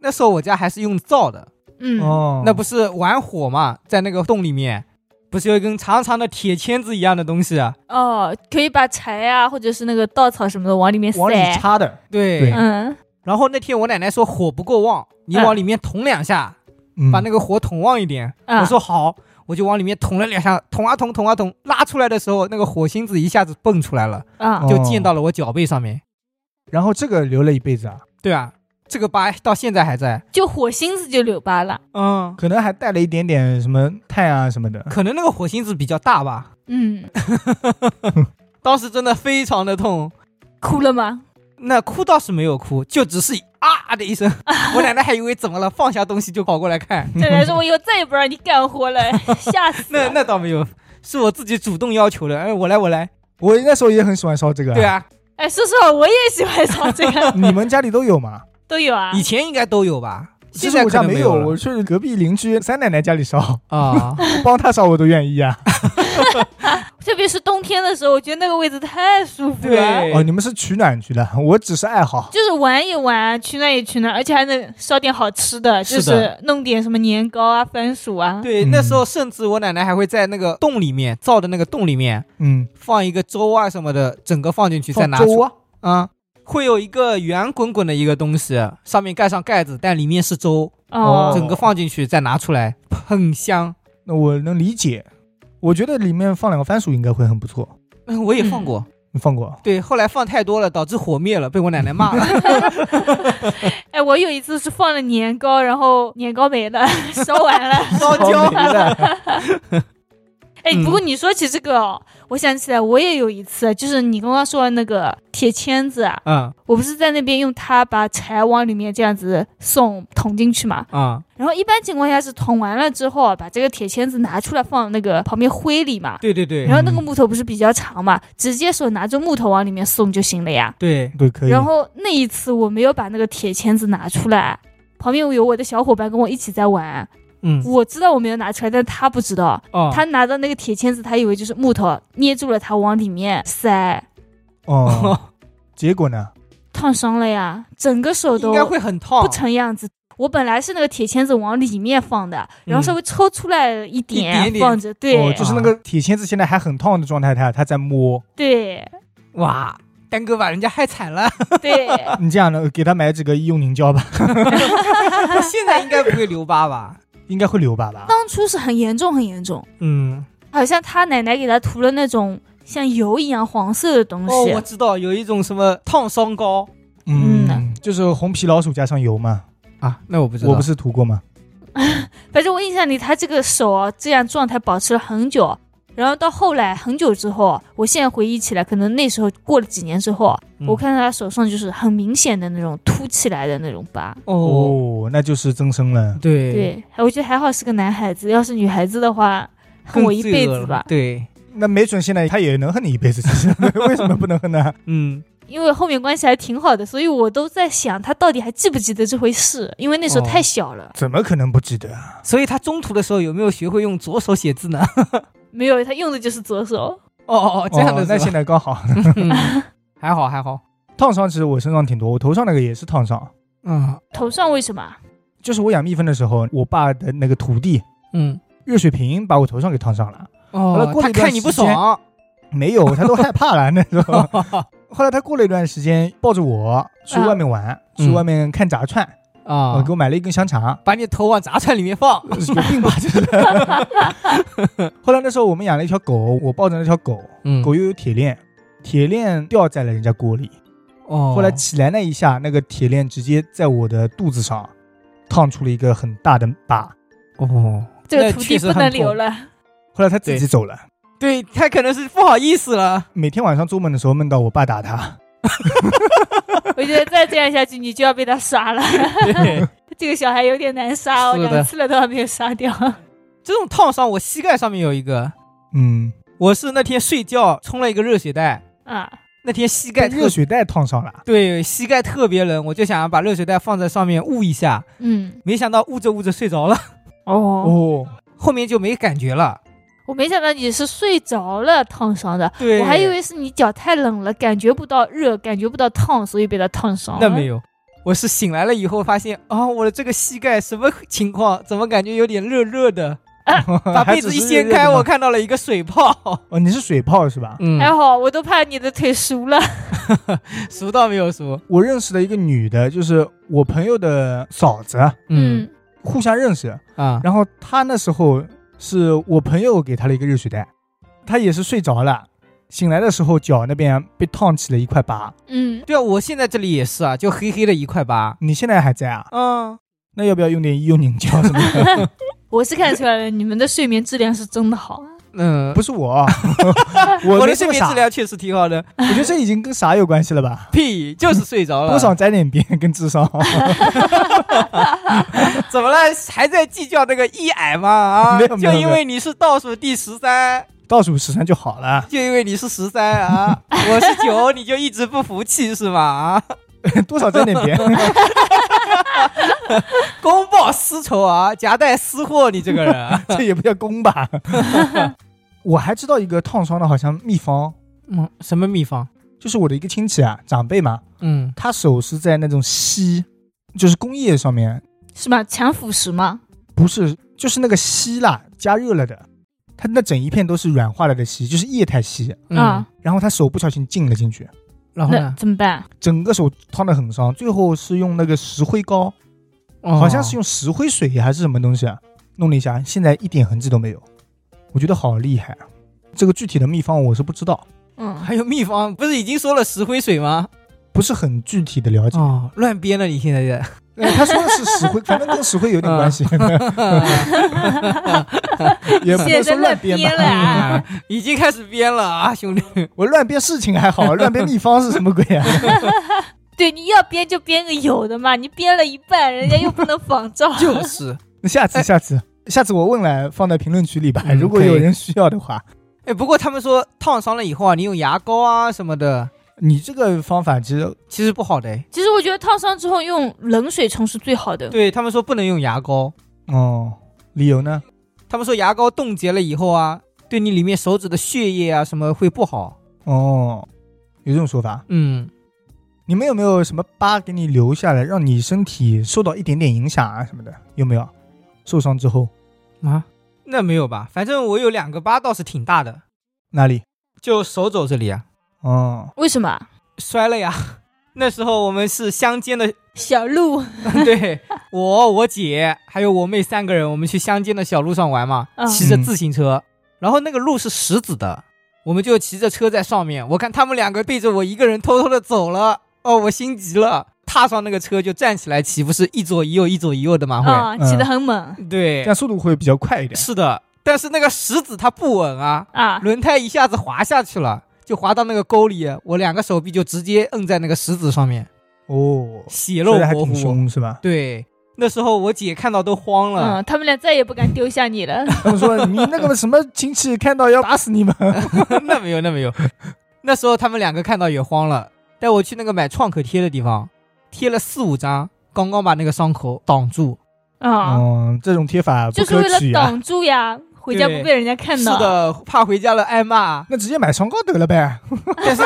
C: 那时候我家还是用灶的，
B: 嗯，
A: 哦，
C: 那不是玩火嘛，在那个洞里面，不是有一根长长的铁签子一样的东西啊？
B: 哦，可以把柴啊，或者是那个稻草什么的往里面塞。
A: 往里插的，
C: 对。
A: 对
B: 嗯，
C: 然后那天我奶奶说火不够旺，你往里面捅两下，
A: 嗯
C: 把那个火捅旺一点。
B: 嗯
C: 我说好，我就往里面捅了两下，捅啊捅，捅啊捅，拉出来的时候，那个火星子一下子蹦出来了，
B: 啊
A: 哦，
C: 就溅到了我脚背上面。
A: 然后这个留了一辈子啊，
C: 对啊，这个疤到现在还在。
B: 就火星子就留疤了。
C: 嗯，
A: 可能还带了一点点什么碳啊什么的。
C: 可能那个火星子比较大吧。
B: 嗯，
C: 当时真的非常的痛，
B: 哭了吗？
C: 那哭倒是没有哭，就只是啊的一声，我奶奶还以为怎么了，放下东西就跑过来看。
B: 奶奶说：“我以后再也不让你干活 了，吓死
C: 那
B: 了。
C: 那倒没有，是我自己主动要求的。哎，我来，我来。
A: 我那时候也很喜欢烧这个，
C: 对，啊，”
B: 哎，说实话，我也喜欢烧这 个，
A: 你们家里都有吗？
B: 都有啊。
C: 以前应该都有吧，
A: 其
C: 现
A: 实
C: 在
A: 我
C: 可
A: 家
C: 能
A: 没
C: 有了
A: 我去隔壁邻居三奶奶家里 烧，
C: 啊。
A: 帮她烧我都愿意啊。
B: 特别是冬天的时候，我觉得那个位置太舒服了，
C: 对
A: 哦，你们是取暖去的，我只是爱好。
B: 就是玩一玩，取暖也取暖，而且还能烧点好吃的，就是
C: 的
B: 是弄点什么年糕啊、番薯啊。
C: 对，
A: 嗯
C: 那时候甚至我奶奶还会在那个洞里面造的那个洞里面
A: 嗯，
C: 放一个粥啊什么的，整个放进去再
A: 放
C: 拿
A: 粥
C: 出
A: 啊，
C: 啊、会有一个圆滚滚的一个东西，上面盖上盖子，但里面是粥，
A: 哦
C: 整个放进去再拿出来，很香。
A: 那我能理解。我觉得里面放两个番薯应该会很不错。
C: 嗯，我也放过，
A: 你放过？
C: 对，后来放太多了，导致火灭了，被我奶奶骂了。
B: 哎，我有一次是放了年糕，然后年糕没了， 烧完了。
C: 烧
A: 好
C: 焦
A: 美。的
B: 哎，
C: 嗯
B: 不过你说起这个哦，我想起来，我也有一次，就是你刚刚说的那个铁签子，啊，
C: 嗯
B: 我不是在那边用它把柴往里面这样子送捅进去嘛？
C: 啊、
B: 然后一般情况下是捅完了之后啊，把这个铁签子拿出来放那个旁边灰里嘛。
C: 对对对
B: 然后那个木头不是比较长嘛，直接手拿着木头往里面送就行了呀。
C: 对，
A: 对，可以。
B: 然后那一次我没有把那个铁签子拿出来，旁边有我的小伙伴跟我一起在玩，
C: 嗯
B: 我知道我没有拿出来，但他不知
A: 啊
B: 道，
C: 哦，
B: 他拿到那个铁签子，他以为就是木头，捏住了它往里面塞，
A: 哦，结果呢？
B: 烫伤了呀，整个手
C: 应
B: 都
C: 该会很烫，
B: 不成样子。我本来是那个铁签子往里面放的，然后稍微抽出来一
C: 一
B: 点
C: 点点
B: 放着，对、
A: 嗯哦，就是那个铁签子现在还很烫的状态，他他在摸。
B: 对
C: 哇，丹哥把人家害惨了。
B: 对，
A: 你这样的，给他买几个医用凝胶吧，
C: 现在应该不会留疤吧？
A: 应该会留疤吧？
B: 当初是很严重很严重，
C: 嗯，
B: 好像他奶奶给他涂了那种像油一样黄色的东
C: 哦
B: 西，，
C: 我知道有一种什么烫伤膏
A: 嗯
B: 嗯，
A: 就是红皮老鼠加上油嘛，
C: 啊，那我不
A: 我不是涂过吗？
B: 反正我印象里，他这个手啊，这样状态保持了很久。然后到后来很久之后，我现在回忆起来，可能那时候过了几年之后，
C: 嗯
B: 我看到他手上就是很明显的那种凸起来的那种疤。
C: 哦，
A: 哦，那就是增生了。
C: 对，
B: 对，哎我觉得还好是个男孩子，要是女孩子的话，恨
C: 更
B: 我一辈
C: 罪恶
B: 子
C: 了
B: 吧。
C: 对，
A: 那没准现在他也能恨你一辈子，其实为什么不能恨呢？
C: 嗯，
B: 因为后面关系还挺好的，所以我都在想他到底还记不记得这回事，因为那时候
C: 哦
B: 太小了，
A: 怎么可能不记得啊？
C: 所以他中途的时候有没有学会用左手写字呢？
B: 没有他用的就是左手。
C: 哦哦哦，这样
A: 哦
C: 的是吧、
A: 那现在刚好
C: 嗯还好还好，
A: 烫伤，其实我身上挺多，我头上那个也是烫伤，
C: 嗯
B: 头上为什么？
A: 就是我养蜜蜂的时候，我爸的那个徒弟
C: 嗯，
A: 岳水平把我头上给烫伤了。后来
C: 哦
A: 过，了
C: 他
A: 一段
C: 看你不
A: 时间
C: 爽，
A: 没有，他都害怕了那 时候。
C: 啊
A: 后来他过了一段时间，抱着我去外面玩，去
C: 嗯
A: 外面看炸串，
C: 啊
A: 我哦给，我买了一根香肠，
C: 把你头往杂串里面放，
A: 有病吧？这是。后来那时候我们养了一条狗，我抱着那条狗，
C: 嗯
A: 狗又有铁链，铁链掉在了人家锅里。
C: 哦，
A: 后来起来那一下，那个铁链直接在我的肚子上烫出了一个很大的疤。
C: 哦，
B: 这个
C: 那
B: 徒
C: 确
B: 弟
C: 实
B: 不
C: 很
B: 能
C: 痛
B: 留了。
A: 后来他自己走了。
C: 对他可能是不好意 思了，
A: 每天晚上做梦的时候梦到我爸打他，
B: 我觉得再这样下去，你就要被他杀了。
C: 对，
B: 这个小孩有点难杀哦，
C: 是的
B: 两次了都还没有杀掉。
C: 这种烫伤我膝盖上面有一个，
A: 嗯，
C: 我是那天睡觉冲了一个热水袋，
B: 啊，
C: 那天膝
A: 被
C: 盖特
A: 热水袋烫上了。
C: 对膝盖特别冷，我就想把热水袋放在上面捂一下，
B: 嗯，
C: 没想到捂着捂着睡着了，
B: 哦，
A: 哦，
C: 后面就没感觉了。
B: 我没想到你是睡着了烫伤的，
C: 对，
B: 我还以为是你脚太冷了，感觉不到热，感觉不到烫，所以被他烫伤
C: 那没
B: 有，
C: 有，我是醒来了以后发现啊、我的这个膝盖什么情况？怎么感觉有点热热的？ 把被子一掀开，我
A: 看
C: 看到了一个水泡，
A: 哦，你是水泡是吧？
C: 嗯
B: 还好哎我都怕你的腿熟了。
C: 熟到没有熟，
A: 我认识的一个女的，就是我朋友的嫂子，
B: 嗯
A: 互相认识。
C: 啊，
A: 然后她那时候是我朋友给她了一个热水袋，她也是睡着了，醒来的时候脚那边被烫起了一块疤。
B: 嗯，
C: 对啊，我现在这里也是啊，就黑黑的一块疤，
A: 你现在还在啊？
C: 嗯，
A: 那要不要用点医用凝胶什么的？
B: 我是看出来了，你们的睡眠质量是真的好。
C: 嗯，
A: 不是 我，我没
C: 我的
A: 这
C: 睡
A: 么
C: 眠
A: 傻
C: 质。量确实挺好的，
A: 我觉得这已经跟啥有关系了 吧？
C: 屁，就是睡着了。
A: 多少沾点边跟智商。
C: 怎么了？还在计较那个一矮吗？啊，
A: 没有没有
C: 就因为你是倒数第十三，
A: 倒数十三就好了，
C: 就因为你是十三啊，我是九，你就一直不服气是吗？啊，
A: 多少沾点边。。
C: 公报私仇啊，夹带私货，你这个人啊
A: 这也不叫攻吧？我还知道一个烫伤的，好像秘方，
C: 嗯，什么秘方？
A: 就是我的一个亲戚啊，长辈嘛，
C: 嗯，
A: 他手是在那种锡，就是工业上面，
B: 是吗？强腐蚀吗？
A: 不是，就是那个锡啦，加热了的，他那整一片都是软化了的锡，就是液态锡，
B: 啊，
A: 然后他手不小心进了进去，
C: 嗯然
B: 那？怎么办？
A: 整个手烫得很伤，最后是用那个石灰膏，
C: 哦
A: 好像是用石灰水还是什么东西啊，弄了一下，现在一点痕迹都没有，我觉得好厉害啊！这个具体的秘方我是不知道，
B: 嗯，
C: 还有秘方，不是已经说了石灰水吗？
A: 不是很具体的了解。
C: 哦，乱编了，你现在在。
A: 呃他说的是石灰，反正跟石灰有点关系， 也不能
B: 现
A: 说
B: 在在
A: 乱
B: 乱
A: 编
B: 编
A: 吧。
B: 了啊！
C: 已经开始编了啊，兄 弟！
A: 我乱编事情还好，乱编秘方是什么鬼啊？
B: 对，你要编就编个有的嘛，你编了一半，人家又不能仿 照。
C: 就是，
A: 那下次，下次，哎下次我问来放在评论区里吧。
C: 嗯
A: 如果有人需要的话，
C: 哎，不过他们说烫伤了以后啊，你用牙膏啊什么的，
A: 你这个方法其实
C: 其实不好的。哎
B: 其实我觉得烫伤之后用冷水冲是最好的。
C: 对他们说不能用牙膏，
A: 哦，理由呢？
C: 他们说牙膏冻结了以后啊，对你里面手指的血液啊什么会不好。
A: 哦，有这种说法。
C: 嗯，
A: 你们有没有什么疤给你留下来，让你身体受到一点点影响啊什么的？有没有？受伤之后
C: 啊，那没有吧？反正我有两个疤倒是挺大的，
A: 哪里？
C: 就手肘这里啊，
A: 哦，
B: 为什么？
C: 摔了呀。 那时候我们是乡间的，
B: 小鹿，
C: 对我、我姐还有我妹三个人，我们去乡间的小路上玩嘛，
B: 嗯
C: 骑着自行车，然后那个路是石子的，我们就骑着车在上面。我看他们两个背着我一个人偷偷的走了，哦，我心急了，踏上那个车就站起来骑，不是一左一右一左一右的吗？会，
B: 啊，骑
A: 嗯
B: 得很猛
C: 对
A: 这，样速度会比较快一点。
C: 是的，但是那个石子它不稳啊，
B: 啊，
C: 轮胎一下子滑下去了，就滑到那个沟里，我两个手臂就直接摁在那个石子上面，
A: 哦，
C: 血肉
A: 摔的还
C: 模
A: 挺
C: 糊。
A: 凶是吧？
C: 对，那时候我姐看到都慌了，
B: 嗯，他们俩再也不敢丢下 你了。
A: 他们说你那个什么亲戚看到要打死你们，
C: 那没有，那没有。那时候他们两个看到也慌了，带我去那个买创可贴的地方，贴了四五张，刚刚把那个伤口挡住。
B: 啊，
A: 嗯，这种贴法不
B: 就是为
A: 可
B: 了
A: 取啊，。
B: 挡住呀，回家不被人家看
C: 是
B: 到。
C: 的，怕回家了挨骂
A: 那直接买双高得了呗。
C: 但是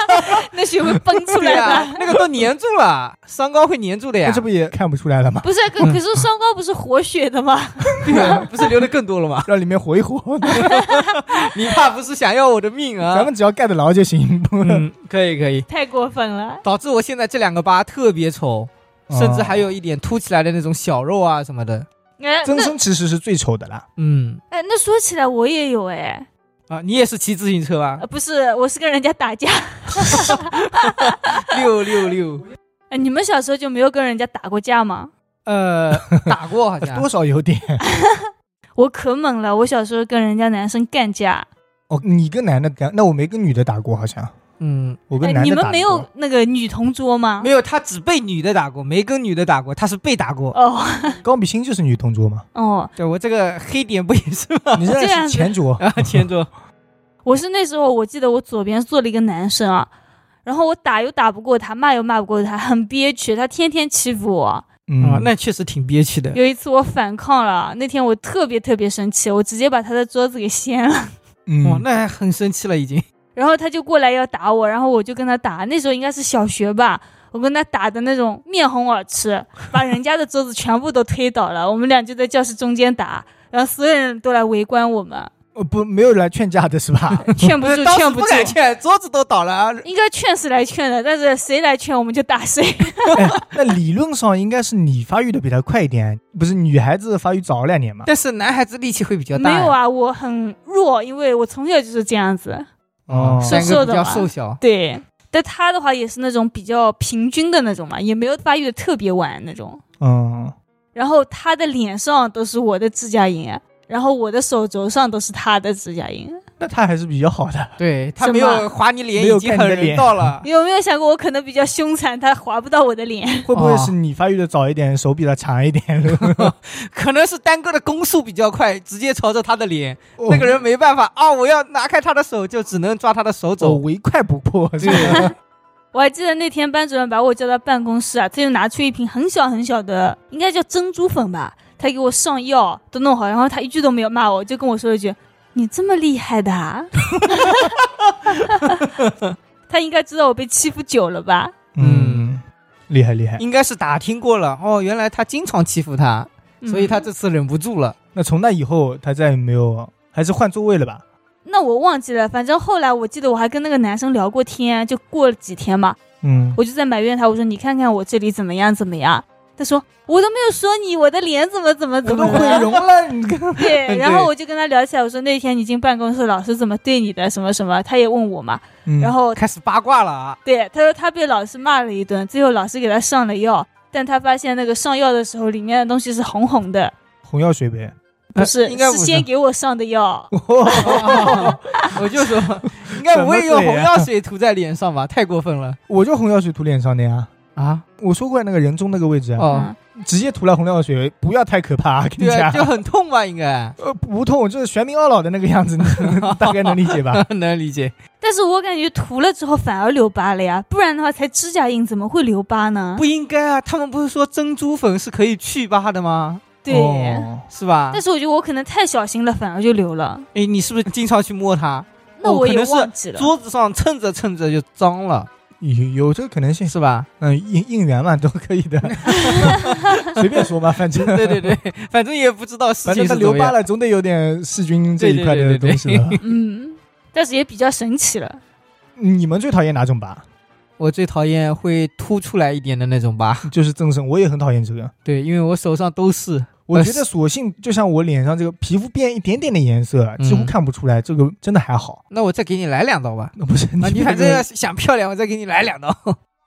B: 那血会崩出
C: 对
B: 来
C: 呀、
A: 啊
B: 的。
C: 那个都粘住了，伤膏会粘住的呀
A: 那这。不也看不出来了 吗？
B: 不是，啊可可是双高不是活血的吗？
C: 对 呀，不是流的更多了吗？
A: 让里面活一活，
C: 你怕不是想要我的命啊？
A: 咱们只要盖得牢就 行。
C: 嗯，可以可以，
B: 太过分了。
C: 导致我现在这两个疤特别丑，甚至还有一点凸起来的那种小肉啊什么的。
B: 哎，
A: 增
B: 那
A: 生其实是最丑的啦。
C: 嗯，
B: 哎，那说起来我也有哎，
C: 啊，你也是骑自行车啊吧
B: 呃？不是，我是跟人家打架。
C: 六六六，
B: 哎你们小时候就没有跟人家打过架吗？
C: 呃，打过好像
A: 多。少有点
B: 我可猛了，我小时候跟人家男生干架。
A: 哦，你跟男的干，那我没跟女的打过，好像
C: 嗯，
A: 我跟
B: 哎，
A: 男的打
B: 你
A: 过
B: 们没有那个女同桌吗
C: 没？有，他只被女的打过，没跟女的打过，他是被打过。
B: 哦？
A: 高比鑫就是女同桌吗
B: 哦，
C: 对我这个黑点不也是吗？
A: 你这
B: 这样
A: 是
B: 子
A: 前 桌，
C: 啊，前桌，
B: 我是那时候我记得我左边坐了一个男生啊，然后我打又打不过他，骂又骂不过他，很憋屈，他天天欺负我。
A: 嗯
C: 啊，，那确实挺憋屈的。
B: 有一次我反抗了，那天我特别特别生气，我直接把他的桌子给掀了，
C: 哇，
A: 嗯，
C: 那很生气了已经。
B: 然后他就过来要打我，然后我就跟他打。那时候应该是小学吧，我跟他打的那种面红耳赤，把人家的桌子全部都推倒了，我们俩就在教室中间打，然后所有人都来围观我们，
A: 呃，不，没有来劝架的是吧？
B: 劝不住，
C: 当时
B: 劝
C: 不
B: 住。
C: 敢劝，桌子都倒了啊。
B: 应该劝是来劝的，但是谁来劝我们就打谁。
A: 哎 那理论上应该是你发育的比他快一点，不是女孩子发育早两年嘛？
C: 但是男孩子力气会比较大
B: 没
C: 呀，
B: 有啊，我很弱，因为我从小就是这样子。
A: 哦，
B: 是
C: 三
B: 瘦
C: 个
B: 瘦
C: 比
B: 的
C: 较
B: 嘛
C: 瘦小，
B: 对，但他的话也是那种比较平均的那种嘛，也没有发育的特别晚那种。
A: 嗯，
B: 然后他的脸上都是我的指甲印，然后我的手肘上都是他的指甲印。
A: 那他还是比较好 的。
C: 对他
B: 什
C: 没
B: 么。
C: 有划你脸
A: 没有
C: 已经
A: 看你
C: 很
A: 的
C: 人
A: 脸
C: 道了
B: 有没有想过我可能比较凶残，他划不到我的脸？
A: 会不会是你发育的早一点，手比他长一点？
C: 可能是单个的攻速比较快，直接朝着他的脸， 那个人没办法啊！我要拿开他的手，就只能抓他的手
A: 走
C: 肘。
A: 唯快不 破，是吧
C: 对，
B: 我还记得那天班主任把我叫到办公室啊，他就拿出一瓶很小很小的，应该叫珍珠粉吧，他给我上药都弄好，然后他一句都没有骂我，就跟我说一句：“你这么厉害的、 啊。”他应该知道我被欺负久了吧？
A: 嗯，厉害厉害。
C: 应该是打听过了哦，原来他经常欺负他， 所以他
B: 嗯
C: 这次忍不 住了。
A: 那从那以后，他再也没有，还是换座位了吧？
B: 那我忘记了，反正后来我记得我还跟那个男生聊过天，就过了几天嘛，
A: 嗯，
B: 我就在埋怨他，我说你看看我这里怎么样怎么样。他说我都没有说你，我的脸怎么怎么
A: 我
B: 怎么
A: 都
B: 了
A: 毁容了，你看，
B: 对，
C: 嗯对
B: 然后我就跟他聊起来，我说那天你进办公室，老师怎么对你的，什么什么，他也问我嘛。
A: 嗯
B: 然后
C: 开始八卦了啊！
B: 对，他说他被老师骂了一顿，最后老师给他上了药，但他发现那个上药的时候里面的东西是红红的，
A: 红药水呗。
B: 不
C: 呃
B: 是，
C: 应该
B: 是
C: 不是
B: 先给我上的药。
C: 我就说，应该不会用红药水涂在脸上吧？太过分了
A: 我就红药水涂脸上的呀。
C: 啊！
A: 我说过那个人中那个位置啊，
C: 哦，
B: 嗯，
A: 直接涂了红药水，不要太可怕，跟你
C: 对 啊，
A: 讲。
C: 就很痛吧？应该
A: 呃，不痛，就是玄冥二老的那个样子， 大概能理解 吧？
C: 能理解。
B: 但是我感觉涂了之后反而留疤了呀，不然的话才指甲印怎么会留疤呢？
C: 不应该啊！他们不是说珍珠粉是可以祛疤的吗？
B: 对。
A: 哦
C: 是吧
B: 但？是我觉得我可能太小心了，反而就留了。
C: 哎，你是不是经常去摸它？
B: 那
C: 哦
B: 我
C: 可
B: 也
C: 能是
B: 忘
A: 啊
B: 记了。
C: 桌子上蹭着蹭着就脏了，
A: 有有这个可能性，
C: 是吧？
A: 嗯，应应援嘛，都可以的， 随便说吧，反正
C: 对对对，反正也不知道事
A: 反正
C: 情
A: 他
C: 是怎
A: 留
C: 么
A: 疤
C: 样。
A: 了，总得有点细菌这一块的
C: 对对对对
A: 东西了。
B: 嗯，但是也比较神奇了。
A: 你们最讨厌哪种疤？
C: 我最讨厌会凸出来一点的那种疤，
A: 就是增生，我也很讨厌这个。
C: 对，因为我手上都是。
A: 我觉得索性就像我脸上这个皮肤变一点点的颜色，啊
C: 嗯
A: 几乎看不出来，这个真的还好。
C: 那我再给你来两刀吧。
A: 那不是
C: 啊， 你
A: 这
C: 反
A: 个
C: 正要想漂亮，我再给你来两刀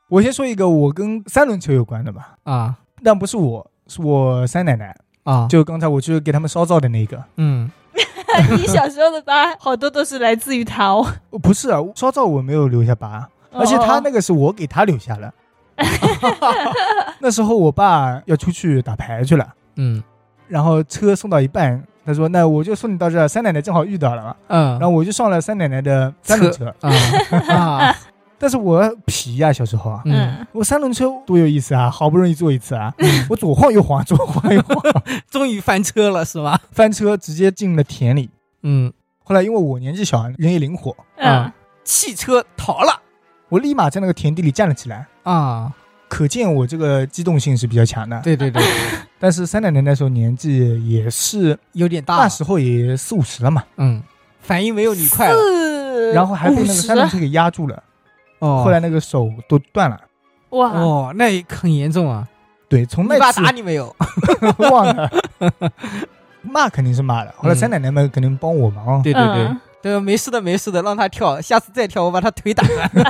A: 我先说一个我跟三轮车有关的吧，
C: 啊
A: 但不是我，是我三奶奶，
C: 啊！
A: 就刚才我去给他们烧灶的那个。
C: 嗯，
B: 你小时候的疤好多都是来自于他哦，
A: 哦不是啊，烧灶我没有留下疤， 而且他那个是我给他留下的。 那时候我爸要出去打牌去了。
C: 嗯
A: 然后车送到一半，他说：“那我就送你到这儿，三奶奶正好遇到了嘛。”
C: 嗯，
A: 然后我就上了三奶奶的三轮车，
C: 啊 啊
A: 但是我皮呀、小时候啊，
C: 嗯，
B: 嗯，
A: 我三轮车多有意思啊，好不容易坐一次啊，我左晃右晃，左晃右晃，
C: 终于翻车了是吧？
A: 翻车直接进了田里。
C: 嗯，
A: 后来因为我年纪小，人也灵活，
B: 嗯
C: 啊汽车逃了
A: 我立马在那个田地里站了起来，
C: 啊！
A: 可见我这个机动性是比较强的。
C: 对对对，
A: 但是三奶奶那时候年纪也是，
C: 有点大
A: 那
C: 了，
A: 时候也四五十了嘛，
C: 嗯，反应没有你快啊了。
B: 四
A: 然后还被那个
B: 五十
A: 三轮车给压住了，
C: 呃哦，
A: 后来那个手都断了。
B: 哇，
C: 哦，那也很严重啊！
A: 对，从
C: 你
A: 那
C: 爸
A: 次
C: 打你没有？
A: 忘了。骂肯定是骂的，后来三奶奶们肯定帮我忙。 啊
C: 对
B: 嗯，
C: 对，没事的，没事的，让他跳，下次再跳我把他腿打断。
A: 嗯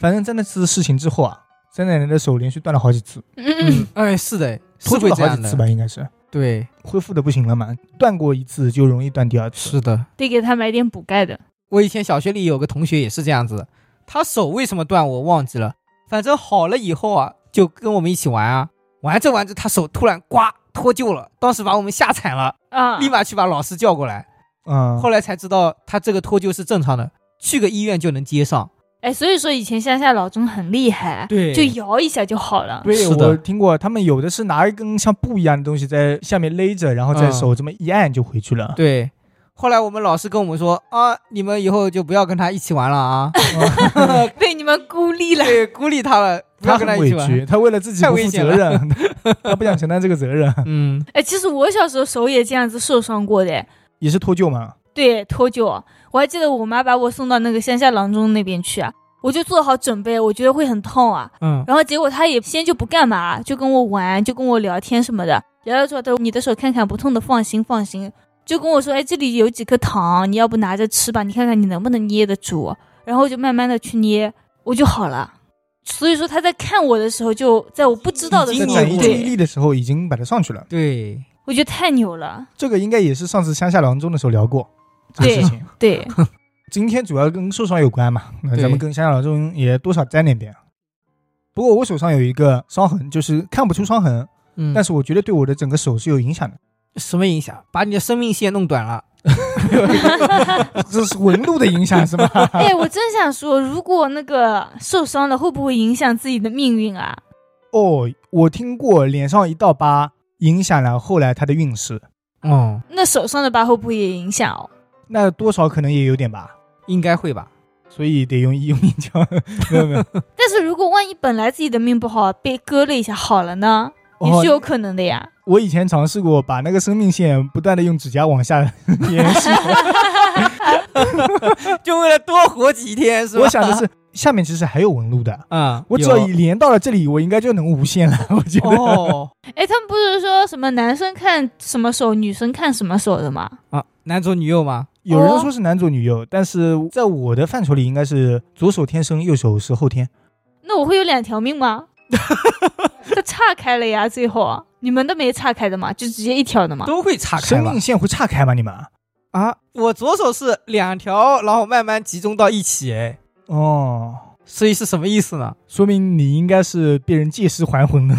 A: 反正在那次事情之后啊，三奶奶的手连续断了好几次，
B: 嗯，
C: 哎，是的，是
A: 脱臼
C: 会
A: 了
C: 这
A: 好
C: 样
A: 几次
C: 的。
A: 吧，应该是
C: 对，
A: 恢复的不行了嘛，断过一次就容易断第二次。
C: 是的，
B: 得给他买点补钙的。
C: 我以前小学里有个同学也是这样子的，他手为什么断我忘记了，反正好了以后啊，就跟我们一起玩啊，玩着玩着他手突然呱脱臼了，当时把我们吓惨了，
B: 啊，
C: 立马去把老师叫过来，
A: 嗯，
C: 后来才知道他这个脱臼是正常的，去个医院就能接上。
B: 哎，所以说以前乡下老钟很厉害，啊
C: 对
B: 就摇一下就好了。
A: 对，
C: 是的
A: 我听过，他们有的是拿一根像布一样的东西在下面勒着，然后在
C: 嗯
A: 手这么一按就回去了。
C: 对， 后来我们老师跟我们说啊，你们以后就不要跟他一起玩了啊。
A: 嗯
B: 被你们孤立了。
C: 对，孤立他了，不
A: 他
C: 要跟
A: 很
C: 一
A: 委
C: 起玩。
A: 屈，他为了自己
C: 太
A: 不
C: 危
A: 负
C: 险
A: 责 任，他不想承担这个责任，
C: 嗯，
B: 哎，其实我小时候手也这样子受伤过的，
A: 也是脱臼嘛。
B: 对，脱臼。我还记得我妈把我送到那个乡下郎中那边去啊，我就做好准备，我觉得会很痛啊。
C: 嗯，
B: 然后结果她也先就不干嘛，就跟我玩，就跟我聊天什么的。聊聊之后，她说你的手看看不痛的，放心放心。就跟我说，哎，这里有几颗糖，你要不拿着吃吧，你看看你能不能捏得住。然后我就慢慢的去捏，我就好了。所以说她在看我的时候，就在我不知道的时
A: 在
B: 候，
C: 经历
A: 转移
C: 过
A: 注意
B: 对，
A: 力的时候已经把它上去了，
C: 对，
B: 我觉得太牛了，
A: 这个应该也是上次乡下郎中的时候聊过这个
B: 对
A: 事情。
B: 对。
A: 今天主要跟受伤有关嘛，那
C: 对
A: 咱们跟乡下郎中也多少沾点边。不过我手上有一个伤痕，就是看不出伤痕，
C: 嗯，
A: 但是我觉得对我的整个手是有影响的，
C: 什么影响？把你的生命线弄短了。
A: 这是纹路的影响是吗？
B: 哎，我真想说，如果那个受伤了，会不会影响自己的命运啊？
A: 哦，我听过脸上一道疤影响了后来他的运势，
C: 哦，
B: 那手上的疤会不会也影响哦？
A: 那多少可能也有点吧，
C: 应该会吧？
A: 所以得用医用力教。 没 有没有，
B: 但是如果万一本来自己的命不好，被割了一下好了呢，也
A: 哦
B: 是有可能的呀。
A: 我以前尝试过把那个生命线不断的用指甲往下延续，
C: 就为了多活几天 是吧？
A: 我想的是下面其实还有纹路的，
C: 啊，
A: 我只
C: 有
A: 要一连到了这里，我应该就能无限了。 我觉得，
C: 哦
B: 哎，他们不是说什么男生看什么手，女生看什么手的吗？
C: 啊，男左女右吗？
A: 有人说是男左女右，但是在我的范畴里，应该是左手天生，右手是后天。
B: 那我会有两条命吗？这岔开了呀，最后你们都没岔开的嘛，就直接一条的嘛。
C: 都会岔开
A: 生
C: 吧
A: 命？线会岔开吗？你们？
C: 啊，我左手是两条，然后慢慢集中到一起，哎，
A: 哦，
C: 所以是什么意思呢？
A: 说明你应该是被人借尸还魂的。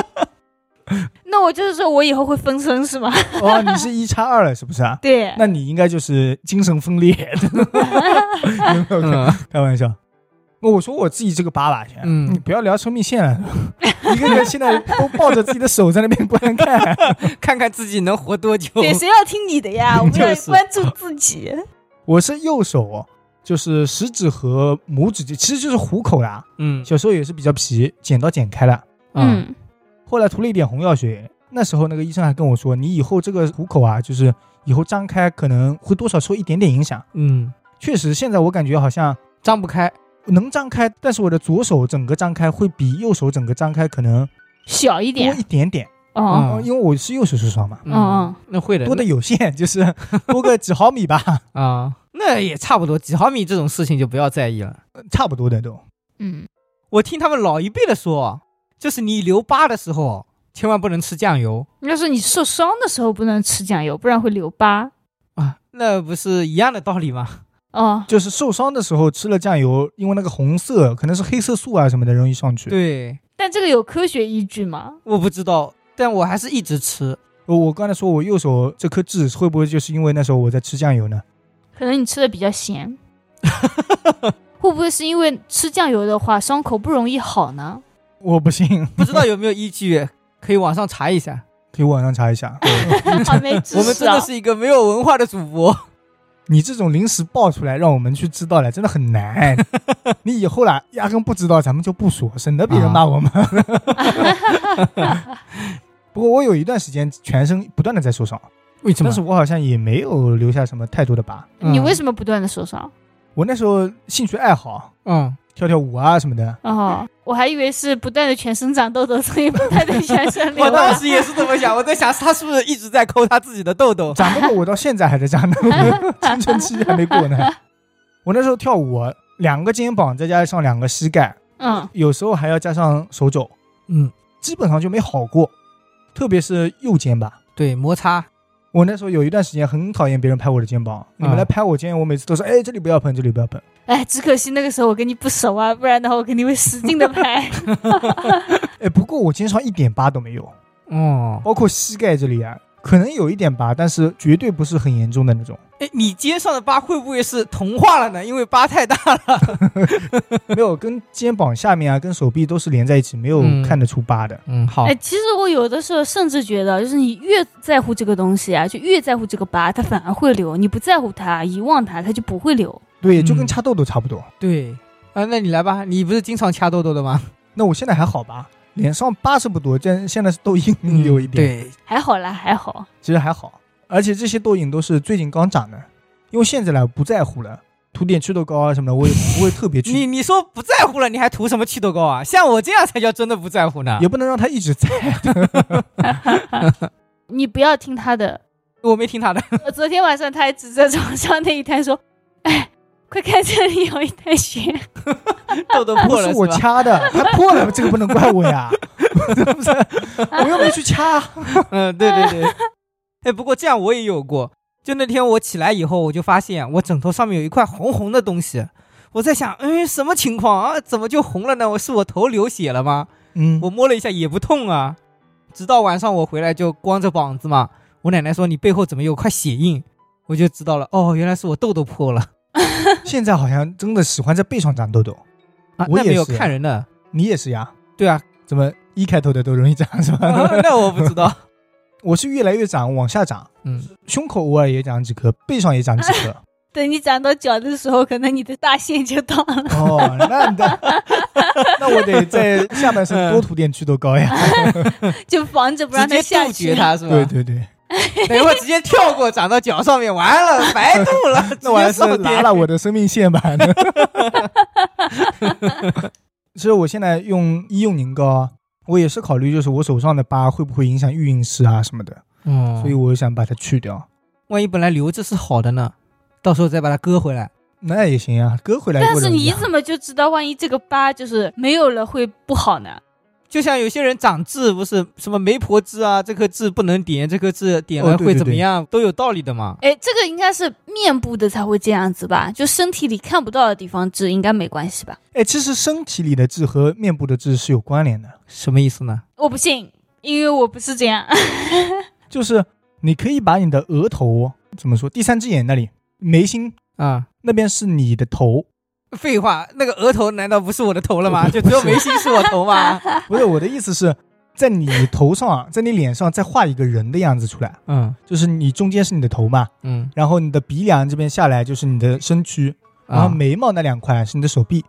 B: 那我就是说我以后会分身是吗？
A: 哦，你是一叉二了，是不是啊？
B: 对，
A: 那你应该就是精神分裂， 有没有
C: 嗯
A: 开玩笑。那哦我说我自己这个疤吧，先，
C: 嗯
A: 啊你不要聊生命线了， 一个个现在都抱着自己的手在那边观看。
C: 看看自己能活多久。
B: 对，谁要听你的呀？我们要
C: 就是
B: 关注自己。
A: 我是右手，哦就是食指和拇指这，其实就是虎口啦。
C: 嗯
A: 小时候也是比较皮，剪刀剪开了，
C: 嗯，
A: 后来涂了一点红药水。那时候那个医生还跟我说，你以后这个虎口啊，就是以后张开可能会多少受一点点影响。
C: 嗯，
A: 确实，现在我感觉好像
C: 张不开。
A: 能张开，但是我的左手整个张开会比右手整个张开可能
B: 小一
A: 多
B: 点
A: 一点点，
B: 哦，
A: 嗯因为我是右手受伤嘛，
B: 嗯嗯，
C: 那会的，
A: 多的有限， 就是多个几毫米吧，
C: 啊，那也差不多，几毫米这种事情就不要在意了。
A: 呃差不多的都。
B: 嗯，
C: 我听他们老一辈的说，就是你留疤的时候，千万不能吃酱油
B: 嗯要是你受伤的时候不能吃酱油，不然会留疤
C: 啊，那不是一样的道理吗？
B: 哦。
A: 就是受伤的时候吃了酱油，因为那个红色可能是黑色素啊什么的容易上去。
C: 对，
B: 但这个有科学依据吗？
C: 我不知道，但我还是一直吃。
A: 我呃我刚才说我右手这颗痣会不会就是因为那时候我在吃酱油呢？
B: 可能你吃的比较咸， 会不会是因为吃酱油的话伤口不容易好呢？
A: 我不信，
C: 不知道有没有依据， 可以网上查一下。
A: 可以网上查一下。
B: 好没知识、啊，
C: 我们真的是一个没有文化的主播。
A: 你这种临时爆出来，让我们去知道了，真的很难。你以后啦，压根不知道，咱们就不说，省得别
C: 啊
A: 人骂我们。 不过我有一段时间全身不断的在受伤，
C: 为什
A: 但是我好像也没有留下什么太多的疤。
C: 嗯
B: 你为什么不断的受伤？
A: 我那时候兴趣爱好
C: 嗯，
A: 跳跳舞啊什么的，
B: 哦，我还以为是不断的全身长痘痘，所以不断的全身 流
C: 我当
B: 啊。
C: 时也是这么想，我在想他是不是一直在抠他自己的痘痘？
A: 长痘痘我到现在还在长呢， 青春期还没过呢。我那时候跳舞，两个肩膀再加上两个膝盖，
B: 嗯，
A: 有时候还要加上手肘，
C: 嗯，
A: 基本上就没好过，特别是右肩吧。
C: 对，摩擦。
A: 我那时候有一段时间很讨厌别人拍我的肩膀，你们来拍我肩，我每次都说，哎，这里不要碰，这里不要碰。
B: 哎，只可惜那个时候我跟你不熟啊，不然的话我肯定会使劲的拍。
A: 哎，不过我肩上一点疤都没有，
C: 哦，
A: 包括膝盖这里啊，可能有一点疤，但是绝对不是很严重的那种。
C: 哎，你肩上的疤会不会是同化了呢？因为疤太大了。
A: 没有，跟肩膀下面啊，跟手臂都是连在一起，没有
C: 嗯
A: 看得出疤的。
C: 嗯， 好
B: 哎，其实我有的时候甚至觉得，就是你越在乎这个东西啊，就越在乎这个疤，它反而会留；你不在乎它，遗忘它，它就不会留。
A: 对，就跟
C: 嗯
A: 掐痘痘差不多。
C: 对，啊，那你来吧，你不是经常掐痘痘的吗？
A: 那我现在还好吧，脸上疤是不多，但现在是痘印有一点，
C: 嗯对，
B: 还好啦，还 好。
A: 其实还好。而且这些痘印都是最近刚长的，因为现在呢不在乎了，涂点祛痘膏啊什么的，我也不会特别去
C: 你你说不在乎了，你还涂什么祛痘膏 啊？像我这样才叫真的不在乎呢
A: 也。不能让它一直在。
B: 你不要听他的。
C: 我没听 他的，
B: 我昨天晚上他还指着床上那一滩说：“哎，快看这里有一滩血。
C: 痘痘
A: 不
C: 破了
A: 是我
C: 吧？
A: 掐的，它破了，这个不能怪我 呀， 不是，我又没去掐。
C: 嗯，对对 对。哎，不过这样我也有过。就那天我起来以后，我就发现我枕头上面有一块红红的东西。我在想，嗯，什么情况啊？怎么就红了呢？我是我头流血了吗？
A: 嗯，
C: 我摸了一下也不痛啊。直到晚上我回来就光着膀子嘛，我奶奶说你背后怎么有块血印，我就知道了。哦，原来是我痘痘破了。
A: 现在好像真的喜欢在背上长痘痘，
C: 啊，
A: 我
C: 那
A: 也
C: 没有
A: 是
C: 看人的。
A: 你也是呀？
C: 对啊，
A: 怎么一开头的都容易长是吧？
C: 啊 那我不知道。
A: 我是越来越长，往下长，
C: 嗯，
A: 胸口偶尔也长几颗，背上也长几 颗。
B: 等你长到脚的时候，可能你的大限就到了。
A: 哦，那那 那我得在下半身多涂点祛痘膏呀。
B: 就防 着不让
C: 直
B: 它
C: 接
B: 下
C: 杜
B: 去
C: 绝。它 是吧？
A: 对对对，，
C: 等一会儿直接跳过长到脚上面，完了 白度了
A: 那我还
C: 直接
A: 是
C: 上
A: 拿
C: 天
A: 了我的生命线 吧。 其实我现在用医用凝膏啊，我也是考虑，就是我手上的疤会不会影响育婴室啊什么的，
B: 哦
C: 嗯，
A: 所以我想把它去掉。
C: 万一本来留着是好的呢，到时候再把它割回来。
A: 那也行啊，割回来
B: 但
A: 不
B: 是
A: 容易
B: 你
A: 啊
B: 怎么就知道，万一这个疤就是没有了会不好呢？
C: 就像有些人长痣，不是什么媒婆痣啊，这颗痣不能点，这颗痣点
A: 哦
C: 了
A: 对
C: 会
A: 对
C: 怎么
A: 对
C: 样，都有道理的嘛。
B: 哎，这个应该是面部的才会这样子吧？就身体里看不到的地方治应该没关系吧？
A: 哎，其实身体里的痣和面部的痣是有关联的，
C: 什么意思呢？
B: 我不信，因为我不是这样。
A: 就是你可以把你的额头怎么说，第三只眼那里眉心
C: 啊、
A: 那边是你的头，
C: 废话，那个额头难道不是我的头了吗？就只有眉心是我头吗？
A: 不是我的意思是，在你头上啊，在你脸上再画一个人的样子出来，
C: 嗯
A: 就是你中间是你的头嘛，
C: 嗯，
A: 然后你的鼻梁这边下来就是你的身躯，然
C: 啊
A: 后，眉毛那两块是你的手臂，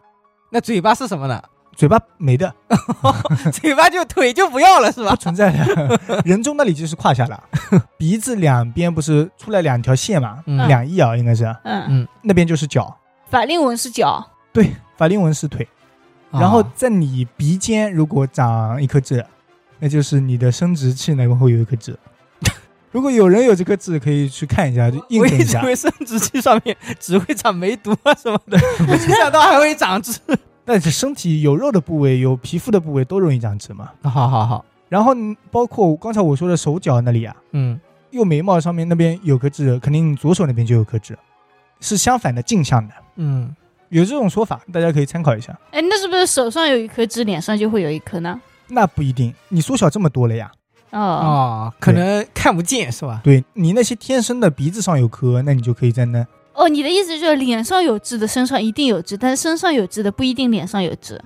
C: 那嘴巴是什么呢？
A: 嘴巴没的，
C: 嘴巴就腿就不要了是吧
A: 不？存在的。 人中那里就是胯下了， 鼻子两边不是出来两条线嘛，
C: 嗯
A: 两翼啊应该是，
B: 嗯，
C: 嗯
A: 那边就是脚，
B: 法令纹是脚，
A: 对，法令纹是腿，
B: 啊
C: 啊
A: 然后在你鼻尖如果长一颗痣，那就是你的生殖器那边会有一颗痣。 如果有人有这颗痣，可以去看一下，就印
C: 我
A: 证
C: 一
A: 一
C: 直
A: 下。
C: 为生殖器上 面只会长梅毒啊什么的，没想到还会长痣。
A: 但是身体有肉的部位、有皮肤的部位都容易长痣嘛。
C: 好好好，
A: 然后你包括刚才我说的手脚那里啊，
C: 嗯，
A: 右眉毛上面那边有颗痣，肯定左手那边就有颗痣，是相反的镜像的。
C: 嗯，
A: 有这种说法，大家可以参考一下。
B: 哎，那是不是手上有一颗痣，脸上就会有一颗呢？
A: 那不一定，你缩小这么多了呀。
B: 哦，
C: 哦，可能看不见是吧？
A: 对你那些天生的鼻子上有颗，那你就可以在那
B: 哦，你的意思就是脸上有痣的身上一定有痣，但是身上有痣的不一定脸上有痣。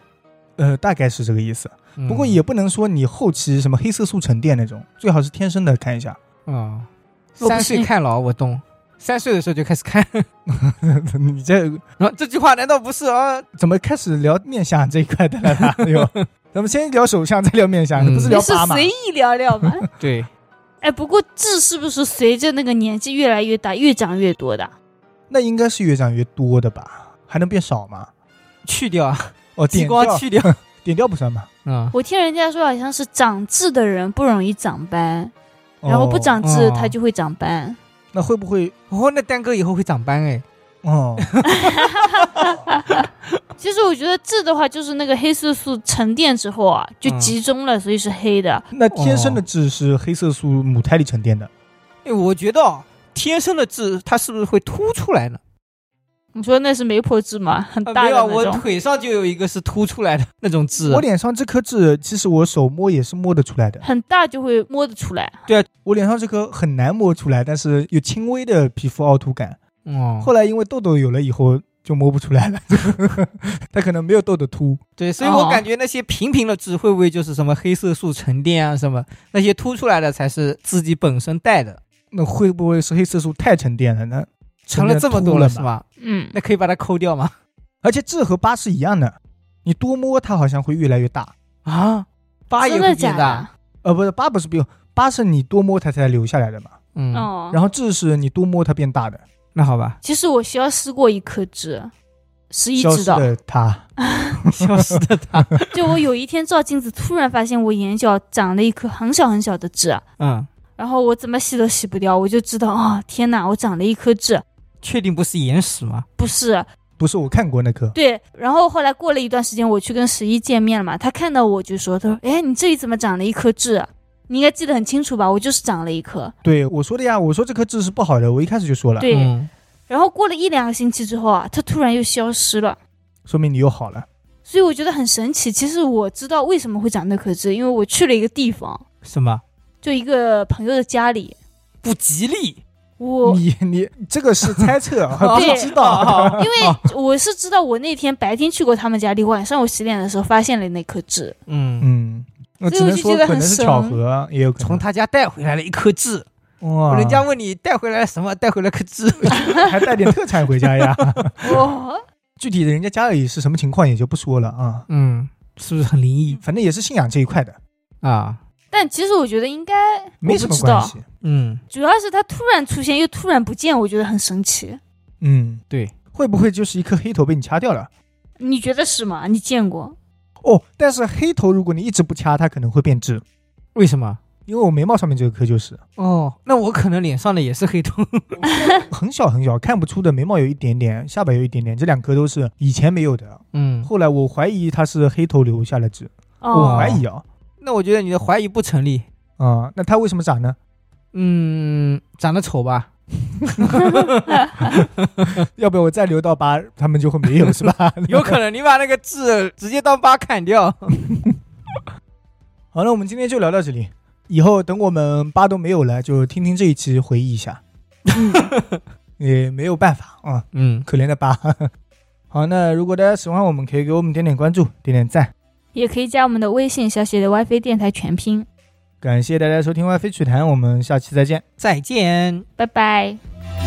A: 呃，大概是这个意思。不过
C: 嗯
A: 也不能说你后期什么黑色素沉淀那种，最好是天生的看一下。
C: 啊，
B: 我不
C: 三岁
B: 信
C: 看老我懂，三岁的时候就开始 看。
A: 你这
C: 然后这句话难道不是啊？
A: 怎么开始聊面相这一块的了 啦？哎呦，咱们先聊手相，再聊面相，
C: 嗯
A: 不是
B: 也
A: 聊
B: 是
A: 疤吗？
B: 随意聊聊吧。
C: 对，
B: 哎，不过痣是不是随着那个年纪越来越大，越长越多的？
A: 那应该是越长越多的吧？还能变少吗？
C: 去掉 啊，
A: 哦，
C: 激
A: 点
C: 光
A: 掉，
C: 去掉。
A: 点掉不算吧？
C: 嗯，
B: 我听人家说，好像是长痣的人不容易长斑，然后不
A: 哦
B: 长痣
C: 哦
B: 他就会长斑。
A: 那会不会？
C: 哦，那丹哥以后会长斑哎。
A: 哦，
B: 其实我觉得痣的话，就是那个黑色素沉淀之后啊，就
C: 嗯
B: 集中了，所以是黑的。
A: 那天生的痣是黑色素母胎里沉淀的，
C: 哎，我觉得哦天生的痣它是不是会凸出来呢？
B: 你说那是媒婆痣吗？很
C: 啊、
B: 大
C: 没
B: 的
C: 有啊，
B: 那
C: 我
B: 种。
C: 腿上就有一个是凸出来的那种痣。啊
A: 我脸上这颗痣，其实我手摸也是摸得出来的。
B: 很大就会摸得出来，
A: 我脸上这颗很难摸出来，但是有轻微的皮肤凹凸感。
C: 哦，
A: 后来因为痘痘有了以后就摸不出来了， 它可能没有痘痘凸。
C: 对，所以我
B: 哦
C: 感觉那些平平的痣会不会就是什么黑色素沉淀啊，什么那些凸出来的才是自己本身带的，
A: 那会不会是黑色素太沉淀了呢？
C: 成了这么多
A: 了
C: 是？吧？
B: 嗯，
C: 那可以把它抠掉吗？
A: 而且这和八是一样的，你多摸它好像会越来越大。
C: 啊，八也
B: 真
C: 会
B: 的
C: 变
B: 假
C: 大
B: 的？？
A: 呃，不是八不是不用，八是你多摸它才留下来的嘛。
C: 嗯，
B: 哦，
A: 然后痣是你多摸它变大的，
C: 那好吧，
B: 其实我消失过一颗痣，十一
A: 消
B: 知
A: 失
B: 道。
A: 的它。
C: 消失的 它，
B: 就我有一天照镜子，突然发现我眼角长了一颗很小很小的痣，
C: 嗯，
B: 然后我怎么洗都洗不掉，我就知道啊、天哪，我长了一颗痣，
C: 确定不是眼屎吗？
B: 不是
A: 不是我看过那颗，
B: 对。然后后来过了一段时间，我去跟十一见面了嘛，他看到我就说，他说，哎，你这里怎么长了一颗痣？你应该记得很清楚吧？我就是长了一颗。
A: 对我说的呀，我说这颗痣是不好的，我一开始就说了，
B: 对，
C: 嗯
B: 然后过了一两个星期之后啊，它突然又消失了。
A: 说明你又好了。
B: 所以我觉得很神奇。其实我知道为什么会长那颗痣，因为我去了一个地方，
C: 什么
B: 就一个朋友的家里，
C: 不吉 利？
B: 我
A: 你 你这个是猜 测，不
B: 对
A: 是知道。
C: 哦
B: 因为我是知道我那天白天去过他们家里，晚上我洗脸的时候发现了那颗痣。
C: 嗯，
A: 嗯，我
B: 所
A: 只
B: 以我
A: 能
B: 就
A: 说
B: 觉得
A: 可能
B: 很
A: 是
B: 神
A: 巧合，也有可
C: 从
A: 能。
C: 他家带回来了一颗痣，
A: 哇
C: 人家问你带回来了什么？带回来颗 痣，
A: 还带点特产回家呀。
B: 哇，
A: 具体的人家家里是什么情况也就不说了啊，
C: 嗯，是不是很灵异
A: 反正也是信仰这一块的，
C: 啊？
B: 但其实我觉得应该
A: 没
B: 我
A: 什
B: 不
A: 么
B: 知
A: 关
B: 道，
A: 系。
C: 嗯，
B: 主要是它突然出现又突然不见，我觉得很神奇。
A: 嗯，
C: 对，
A: 会不会就是一颗黑头被你掐掉了？
B: 你觉得是吗？你见过？
A: 哦，但是黑头如果你一直不掐，它可能会变质，
C: 为什么？
A: 因为我眉毛上面这颗就是
C: 哦，那我可能脸上的也是黑头。
A: 很小很小，看不出的，眉毛有一点点，下巴有一点点，这两颗都是以前没有的。
C: 嗯，
A: 后来我怀疑它是黑头留下的痣，我
B: 哦
A: 怀，疑啊
C: 那我觉得你的怀疑不成立。
A: 啊、那它为什么长呢？
C: 嗯，长得丑吧？
A: 要不要我再留到疤，他们就会没有是吧？
C: 有可能你把那个痣直接当疤砍掉。
A: 好了，我们今天就聊到这里。以后等我们八都没有了，就听听这一期回忆一下。也没有办法啊，
C: 嗯，
A: 可怜的八。 好，那如果大家喜欢我们，可以给我们点点关注，点点赞。
B: 也可以加我们的微信，小写的 WiFi 电台全拼。
A: 感谢大家收听《歪飞曲谈》，我们下期再见。
C: 再见。
B: 拜拜。
D: 「君の声が聞こえる」